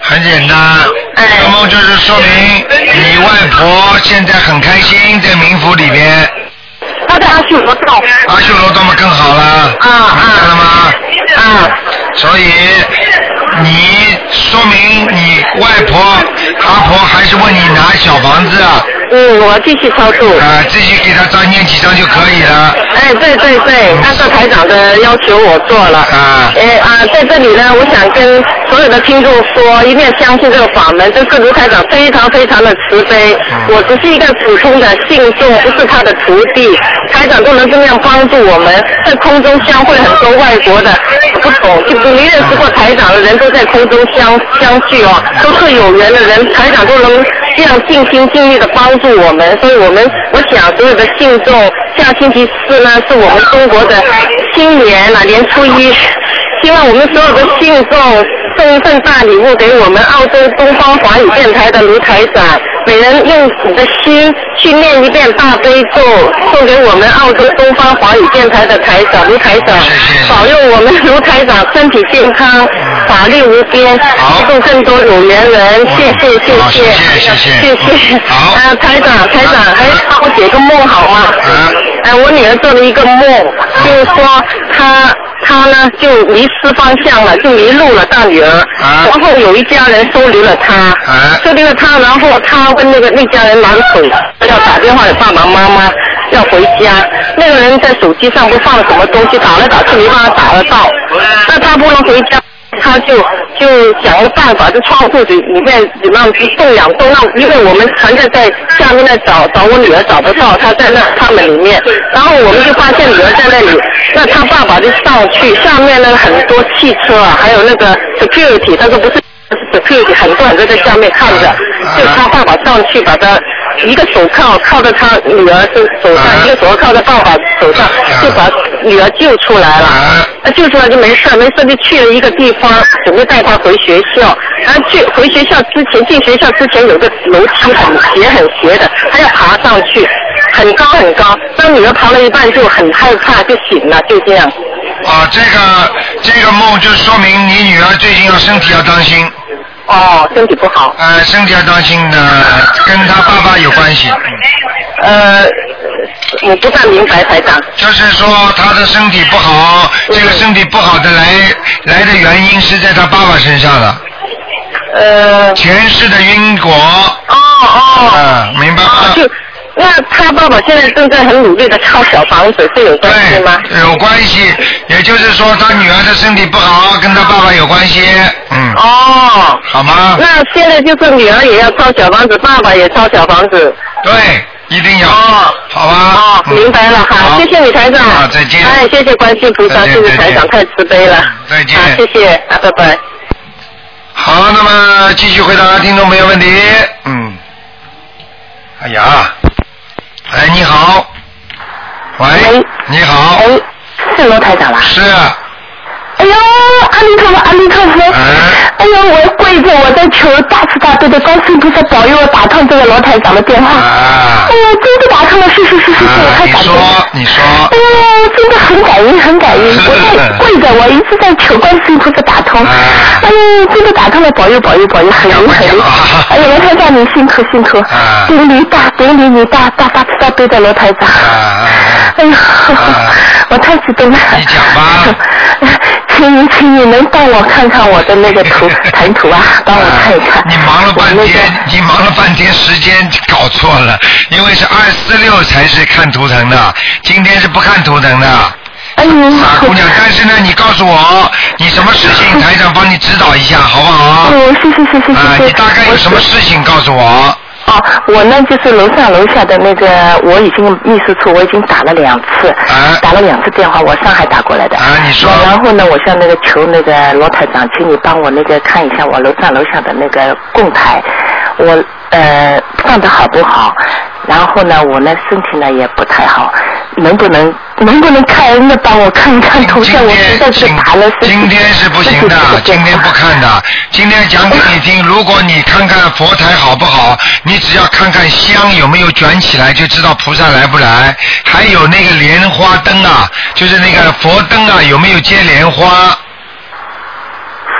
[SPEAKER 2] 很简单。
[SPEAKER 5] 哎
[SPEAKER 2] 这个梦就是说明你外婆现在很开心，在冥府里边，
[SPEAKER 5] 她在阿修罗道。
[SPEAKER 2] 阿修罗道嘛更好了，
[SPEAKER 5] 啊啊
[SPEAKER 2] 明白了吗？
[SPEAKER 5] 啊，
[SPEAKER 2] 所以你说明你外婆、阿婆还是问你拿小房子啊，
[SPEAKER 5] 嗯，我继续操作。
[SPEAKER 2] 啊自己给她张念几张就可以了。
[SPEAKER 5] 哎，对对对，按照台长的要求我做了。
[SPEAKER 2] 啊
[SPEAKER 5] 哎啊，在这里呢，我想跟所有的听众说，一定要相信这个法门，这是卢台长非常非常的慈悲。
[SPEAKER 2] 嗯
[SPEAKER 5] 我只是一个普通的信众，不是他的徒弟，台长都能这样帮助我们，在空中相会很多外国的不懂，就是没认识过台长的人都在空中相相聚哦，都是有缘的人，台长都能这样尽心尽力的帮助我们，所以我们我想所有的信众，下星期四呢是我们中国的新年啊，年初一。希望我们所有的信众送一份大礼物给我们澳洲东方华语电台的卢台长，每人用你的心去念一遍大悲咒，送给我们澳洲东方华语电台的台长卢台长
[SPEAKER 2] 谢谢，
[SPEAKER 5] 保佑我们卢台长身体健康，法力无边，
[SPEAKER 2] 好
[SPEAKER 5] 祝更多有缘人，谢谢谢
[SPEAKER 2] 好谢谢
[SPEAKER 5] 谢
[SPEAKER 2] 谢谢
[SPEAKER 5] 谢谢，
[SPEAKER 2] 好
[SPEAKER 5] 啊台长台长，哎帮我解个梦好吗？
[SPEAKER 2] 啊
[SPEAKER 5] 哎，我女儿做了一个梦，就是说她她呢就迷失方向了，就迷路了，大女儿。
[SPEAKER 2] 啊
[SPEAKER 5] 然后有一家人收留了她，
[SPEAKER 2] 啊
[SPEAKER 5] 收留了她，然后她跟那个那家人拿着手要打电话给爸爸妈妈要回家。那个人在手机上不放了什么东西，打来打去没办法打得到，那她不能回家。他就就想了办法，就窗户里里面里面去动两动，那因为我们团队在下面那找找我女儿找不到，她在那他们里面，然后我们就发现女儿在那里，那她爸爸就上去，下面呢很多汽车啊，还有那个 security，他说不是。
[SPEAKER 8] 只可以很多很多在下面看着，就他爸爸上去把他一个手铐铐在他女儿手手
[SPEAKER 2] 啊
[SPEAKER 8] 上，一个手铐在爸爸手上，就把女儿救出来了。
[SPEAKER 2] 啊
[SPEAKER 8] 那救出来呃就没事儿，没事儿就去了一个地方，准备带他回学校。然后去回学校之前，进学校之前有个楼梯很斜很斜的，他要爬上去，很高很高。当女儿爬了一半就很害怕，就醒了，就这样。
[SPEAKER 2] 啊，这个这个梦就说明你女儿最近要身体要当心。
[SPEAKER 8] 哦，身体不好。
[SPEAKER 2] 呃，身体要当心呢，跟她爸爸有关系。嗯
[SPEAKER 8] 呃，我不大明白，台长。
[SPEAKER 2] 就是说她的身体不好，这个身体不好的来来的原因是在她爸爸身上了。
[SPEAKER 8] 呃。
[SPEAKER 2] 前世的因果。
[SPEAKER 8] 哦哦。
[SPEAKER 2] 啊，明白吗？
[SPEAKER 8] 就那他爸爸现在正在很努力的造小房子，是有关系吗？
[SPEAKER 2] 有关系，也就是说她女儿的身体不好跟她爸爸有关系。嗯。
[SPEAKER 8] 哦。
[SPEAKER 2] 好吗？
[SPEAKER 8] 那现在就是女儿也要造小房子，爸爸也造小房子。
[SPEAKER 2] 对，一定要。
[SPEAKER 8] 哦。
[SPEAKER 2] 好吧。嗯
[SPEAKER 8] 哦，明白了哈，谢谢你台长。
[SPEAKER 2] 啊再见
[SPEAKER 8] 哎，谢谢观世音菩萨，
[SPEAKER 2] 再见
[SPEAKER 8] 谢谢台长，
[SPEAKER 2] 再
[SPEAKER 8] 太慈悲了。
[SPEAKER 2] 再见
[SPEAKER 8] 啊，谢谢，啊，拜拜。
[SPEAKER 2] 好，那么继续回答听众朋友问题。嗯，哎呀，哎，你好，喂，你好，
[SPEAKER 9] 哎是罗台长吧？
[SPEAKER 2] 是，啊
[SPEAKER 9] 哎呦，阿弥陀佛，阿弥陀佛！哎呦，我跪着，我在求大慈大悲的观世音菩萨保佑我打通这个罗台长的电话。哎呦，真的打通了，是是是是是，哎我太感动了。
[SPEAKER 2] 啊你说，哎
[SPEAKER 9] 呦，真的很感恩，很感恩。我在 跪着，我一直在求观世音菩萨打通。
[SPEAKER 2] 啊
[SPEAKER 9] 哎呦，真的打通了，保佑保佑保佑，很灵很灵。 哎呦，罗台长您辛苦辛
[SPEAKER 2] 啊
[SPEAKER 9] 苦，顶礼大顶礼你大大大慈大悲的罗台
[SPEAKER 2] 啊
[SPEAKER 9] 长。哎呦，我太激动了。你讲吧。 请您，请你能帮我看看我的那个 图谈图啊，帮我看一 看。
[SPEAKER 2] 你忙了半天，你忙了半天，时间搞错了，因为是二四六才是看图腾的，今天是不看图腾的。
[SPEAKER 9] 哎
[SPEAKER 2] 傻姑娘，但是呢，你告诉我，你什么事情，台长帮你指导一下，好不好？
[SPEAKER 9] 嗯，谢谢谢谢谢
[SPEAKER 2] 啊，你大概有什么事情告诉我？
[SPEAKER 9] 哦，我呢就是楼上楼下的那个，我已经秘书处我已经打了两次，打了两次电话，我上海打过来的。
[SPEAKER 2] 啊，你说。
[SPEAKER 9] 然后呢，我向那个求那个罗台长，请你帮我那个看一下我楼上楼下的那个供台，我呃放的好不好？然后呢，我呢身体呢也不太好，能不能能不能看恩的帮我看一看哎头像？我实在是打了
[SPEAKER 2] 今天是不行的，今天不看的。今天讲给 你听，如果你看看佛台好不好，你只要看看香有没有卷起来，就知道菩萨来不来。还有那个莲花灯啊，就是那个佛灯啊，有没有接莲花？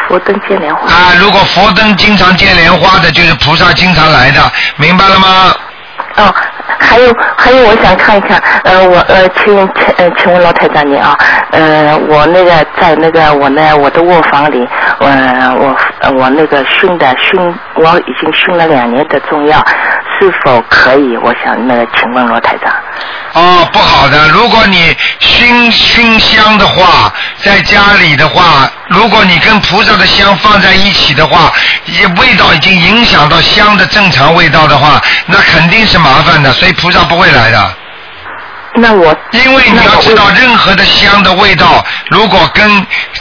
[SPEAKER 9] 佛灯接莲花。
[SPEAKER 2] 啊，如果佛灯经常接莲花的，就是菩萨经常来的，明白了吗？
[SPEAKER 9] 哦，还有还有，我想看一看，呃，我呃，请请呃，请问老台长您啊，呃，我那个在那个我呢我的卧房里，我我呃我那个熏的熏，我已经熏了两年的中药，是否可以？我想那个请问罗台长。
[SPEAKER 2] 哦，不好的。如果你熏熏香的话，在家里的话，如果你跟菩萨的香放在一起的话，也味道已经影响到香的正常味道的话，那肯定是麻烦的，所以菩萨不会来的。
[SPEAKER 9] 那我
[SPEAKER 2] 因为你要知道，任何的香的味道，如果跟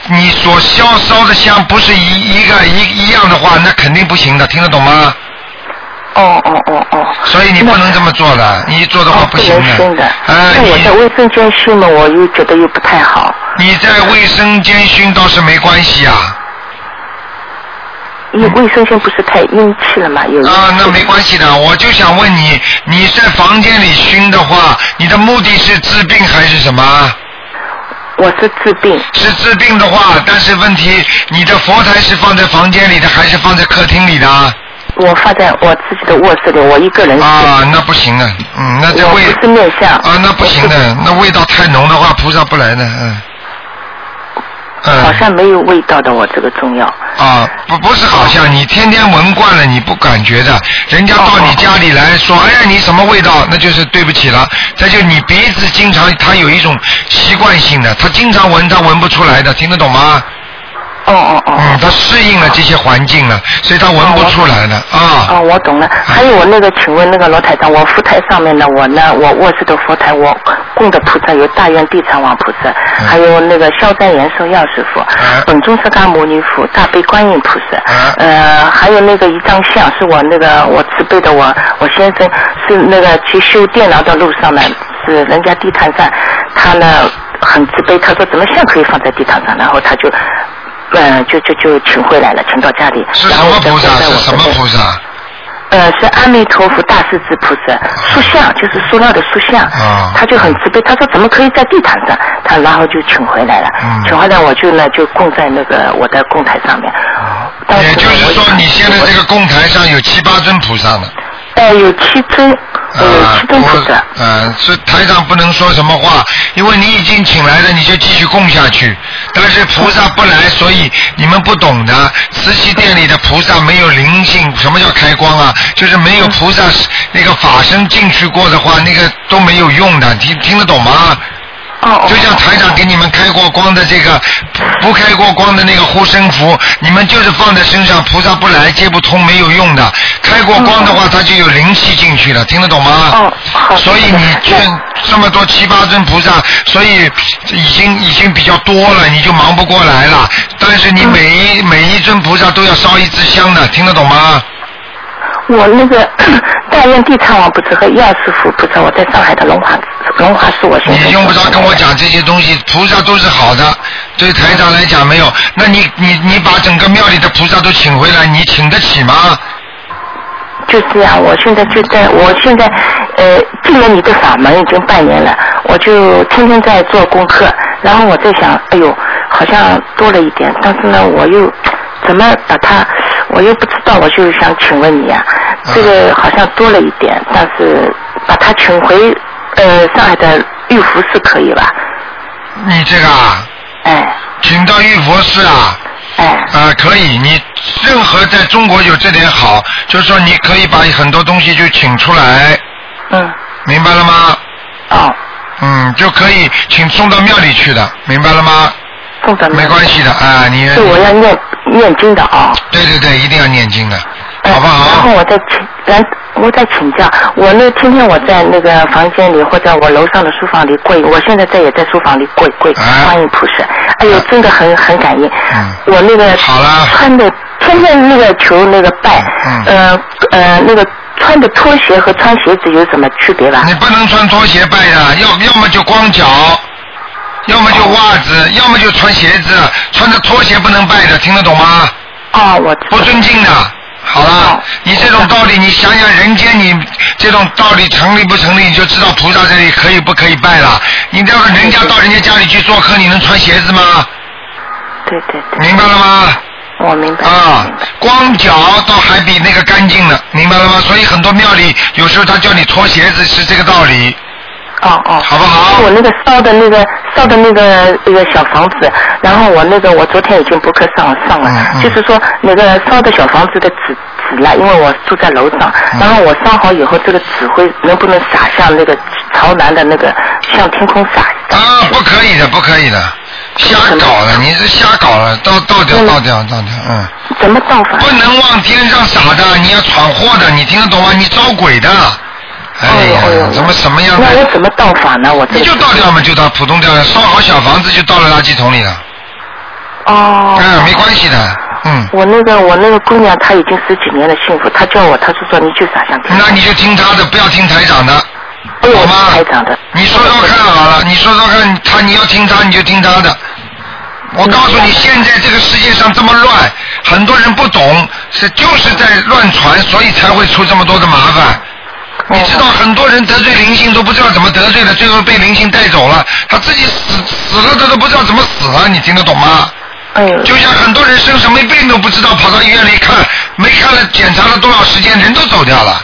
[SPEAKER 2] 你所烧烧的香不是一一个一一样的话，那肯定不行的，听得懂吗？
[SPEAKER 9] 哦哦哦哦。
[SPEAKER 2] 所以你不能这么做的，你一做的话不行
[SPEAKER 9] 能
[SPEAKER 2] 的。
[SPEAKER 9] 熏的，
[SPEAKER 2] 啊，
[SPEAKER 9] 那我在卫生间熏了，我又觉得又不太好，
[SPEAKER 2] 你在卫生间熏倒是没关系啊，
[SPEAKER 9] 因为卫生间不是太阴气了嘛，有
[SPEAKER 2] 啊，那没关系的。我就想问你，你在房间里熏的话，你的目的是治病还是什么？
[SPEAKER 9] 我是治病。
[SPEAKER 2] 是治病的话，但是问题，你的佛台是放在房间里的还是放在客厅里的？
[SPEAKER 9] 我放在我自己的卧室里，我一个人熏。
[SPEAKER 2] 啊，那不行的，嗯，那这味
[SPEAKER 9] 不是面相
[SPEAKER 2] 啊，那不行的，那味道太浓的话，菩萨不来的，嗯。
[SPEAKER 9] 好像没有味道的，我这个中药。
[SPEAKER 2] 啊，不不是好像你天天闻惯了，你不感觉的。人家到你家里来说，哎呀，你什么味道？那就是对不起了。再就你鼻子经常，它有一种习惯性的，它经常闻，它闻不出来的，听得懂吗？
[SPEAKER 9] 哦哦哦。
[SPEAKER 2] 嗯，他适应了这些环境了，所以他闻不出来了啊。
[SPEAKER 5] 哦
[SPEAKER 8] 啊，我懂了。还有我那个，请问那个罗台长，我佛台上面呢，我呢，我卧室的佛台，我供的菩萨有大愿地藏王菩萨，还有那个消灾延寿药师佛，
[SPEAKER 2] 哎
[SPEAKER 8] 本尊释迦牟尼佛，大悲观音菩萨，呃，还有那个一张像是我那个我慈悲的我我先生是那个去修电脑的路上呢，是人家地毯上，他呢很自卑，他说怎么像可以放在地毯上，然后他就。嗯，就就就请回来了，请到家里。
[SPEAKER 2] 是什么菩萨？是什么菩萨？
[SPEAKER 8] 呃，是阿弥陀佛大势至菩萨，塑像就是塑料的塑像，他就很自卑，他说怎么可以在地毯上？他然后就请回来了，请回来我就呢就供在那个我的供台上面。
[SPEAKER 2] 也就是说，你现在这个供台上有七八尊菩萨呢。
[SPEAKER 8] 呃，有七尊，
[SPEAKER 2] 呃，七尊菩萨。呃，是台长不能说什么话，因为你已经请来了，你就继续供下去。但是菩萨不来，所以你们不懂的。慈禧殿里的菩萨没有灵性，什么叫开光啊？就是没有菩萨那个法身进去过的话，那个都没有用的。听听得懂吗？
[SPEAKER 9] 哦
[SPEAKER 7] 哦
[SPEAKER 2] 就像台长给你们开过光的这个，不不开过光的那个护身符，你们就是放在身上，菩萨不来接不通，没有用的。开过光的话，它就有灵气进去了，听得懂吗？
[SPEAKER 9] 哦
[SPEAKER 7] 哦
[SPEAKER 2] 所以你劝这么多七八尊菩萨，所以已经已经比较多了，你就忙不过来了。但是你每一每一尊菩萨都要烧一支香的，听得懂吗？
[SPEAKER 8] 我那个 大愿地藏王菩萨和药师佛菩萨，我在上海的龙华龙华寺我现在
[SPEAKER 2] 你用不着跟我讲这些东西，菩萨都是好的，对台长来讲没有。那你你你把整个庙里的菩萨都请回来，你请得起吗？
[SPEAKER 8] 就这样，我现在就在，我现在呃进了你的法门已经半年了，我就天天在做功课，然后我在想，哎呦，好像多了一点，但是呢，我又怎么把它，我又不知道，我就想请问你啊，这个好像多了一点，但是把它请回呃上海的玉佛寺可以吧？
[SPEAKER 2] 你这个啊，
[SPEAKER 8] 哎，
[SPEAKER 2] 请到玉佛寺啊，
[SPEAKER 8] 哎，
[SPEAKER 2] 啊可以，你任何在中国有这点好，就是说你可以把很多东西就请出来，
[SPEAKER 8] 嗯，
[SPEAKER 2] 明白了吗？
[SPEAKER 8] 哦，
[SPEAKER 2] 嗯，就可以请送到庙里去的，明白了吗？
[SPEAKER 8] 送到
[SPEAKER 2] 没关系的啊，你
[SPEAKER 8] 对，嗯我要念念经的啊。
[SPEAKER 2] 对对对，一定要念经的。
[SPEAKER 8] 好不好？然后我再请，然我再请教，我那天天我在那个房间里或者我楼上的书房里跪，我现在在也在书房里跪跪观音菩萨，哎呦，真的很很感应。
[SPEAKER 2] 哎
[SPEAKER 8] 我那
[SPEAKER 2] 嗯
[SPEAKER 8] 个穿的天天那个求那个拜，
[SPEAKER 2] 嗯
[SPEAKER 8] 呃呃那个穿的拖鞋和穿鞋子有什么区别吧？
[SPEAKER 2] 你不能穿拖鞋拜的，要要么就光脚，要么就袜子，要么就穿鞋子，穿着拖鞋不能拜的，听得懂吗？
[SPEAKER 8] 啊，我
[SPEAKER 2] 不尊敬的。好了，你这种道理，你想想人间你这种道理成立不成立，你就知道菩萨这里可以不可以拜了。你这个人家到人家家里去做客，你能穿鞋子吗？
[SPEAKER 8] 对对
[SPEAKER 2] 对。明白了吗？
[SPEAKER 8] 我明白。
[SPEAKER 2] 啊，光脚倒还比那个干净呢，明白了吗？所以很多庙里有时候他叫你脱鞋子是这个道理。
[SPEAKER 8] 哦哦，
[SPEAKER 2] 好不好？
[SPEAKER 8] 我那个烧的那个烧的那个那个小房子，然后我那个我昨天已经博客上上了，就是说那个烧的小房子的纸纸啦，因为我住在楼上，然后我烧好以后，这个纸灰能不能撒向那个朝南的那个向天空撒？
[SPEAKER 2] 啊，不可以的，不可以的，瞎搞了，你是瞎搞了，倒倒掉，倒掉，倒掉，嗯。
[SPEAKER 8] 怎么倒法？
[SPEAKER 2] 不能往天上撒的，你要闯祸的，你听得懂吗？你招鬼的。哎呀，怎么什么样的？
[SPEAKER 8] 那我怎么倒法呢？我
[SPEAKER 2] 你就倒掉嘛，就到普通掉了，烧好小房子就倒了垃圾桶里了。
[SPEAKER 8] 哦。
[SPEAKER 2] 嗯，没关系的，嗯。
[SPEAKER 8] 我那个我那个姑娘她已经十几年的幸福，她叫我，她就说你就撒向天。
[SPEAKER 2] 那你就听他的，不要听台长的，好吗？台
[SPEAKER 8] 长的。
[SPEAKER 2] 你说说看好了，你说说看，他你要听他你就听他的。我告诉你，现在这个世界上这么乱，很多人不懂，是就是在乱传，所以才会出这么多的麻烦。你
[SPEAKER 8] 哦
[SPEAKER 2] 知道很多人得罪灵性都不知道怎么得罪的，最后被灵性带走了，他自己死死了，他都不知道怎么死了，你听得懂吗？
[SPEAKER 8] 嗯
[SPEAKER 2] 就像很多人生什么病都不知道，跑到医院里看，没看了检查了多少时间，人都走掉了。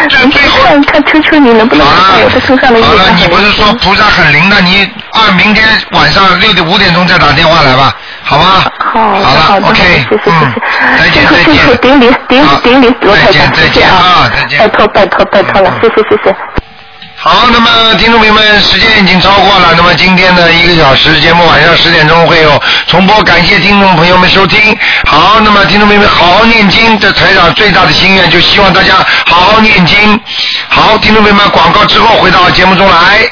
[SPEAKER 8] 您看看，求求你能不能看我的身上的业
[SPEAKER 2] 啊好了，
[SPEAKER 8] 障？
[SPEAKER 2] 你不是说菩萨很灵的？你按明天晚上六点五点钟再打电话来吧，好吗？
[SPEAKER 8] 好，好的，谢谢，谢谢，
[SPEAKER 2] 再
[SPEAKER 8] 辛苦辛苦，顶礼顶顶礼罗台长，谢谢啊，拜托拜托拜托了，谢谢谢谢。
[SPEAKER 2] 好，那么听众朋友们，时间已经超过了，那么今天的一个小时节目晚上十点钟会有重播，感谢听众朋友们收听。好，那么听众朋友们好好念经，这台长最大的心愿就希望大家好好念经。好，听众朋友们，广告之后回到节目中来。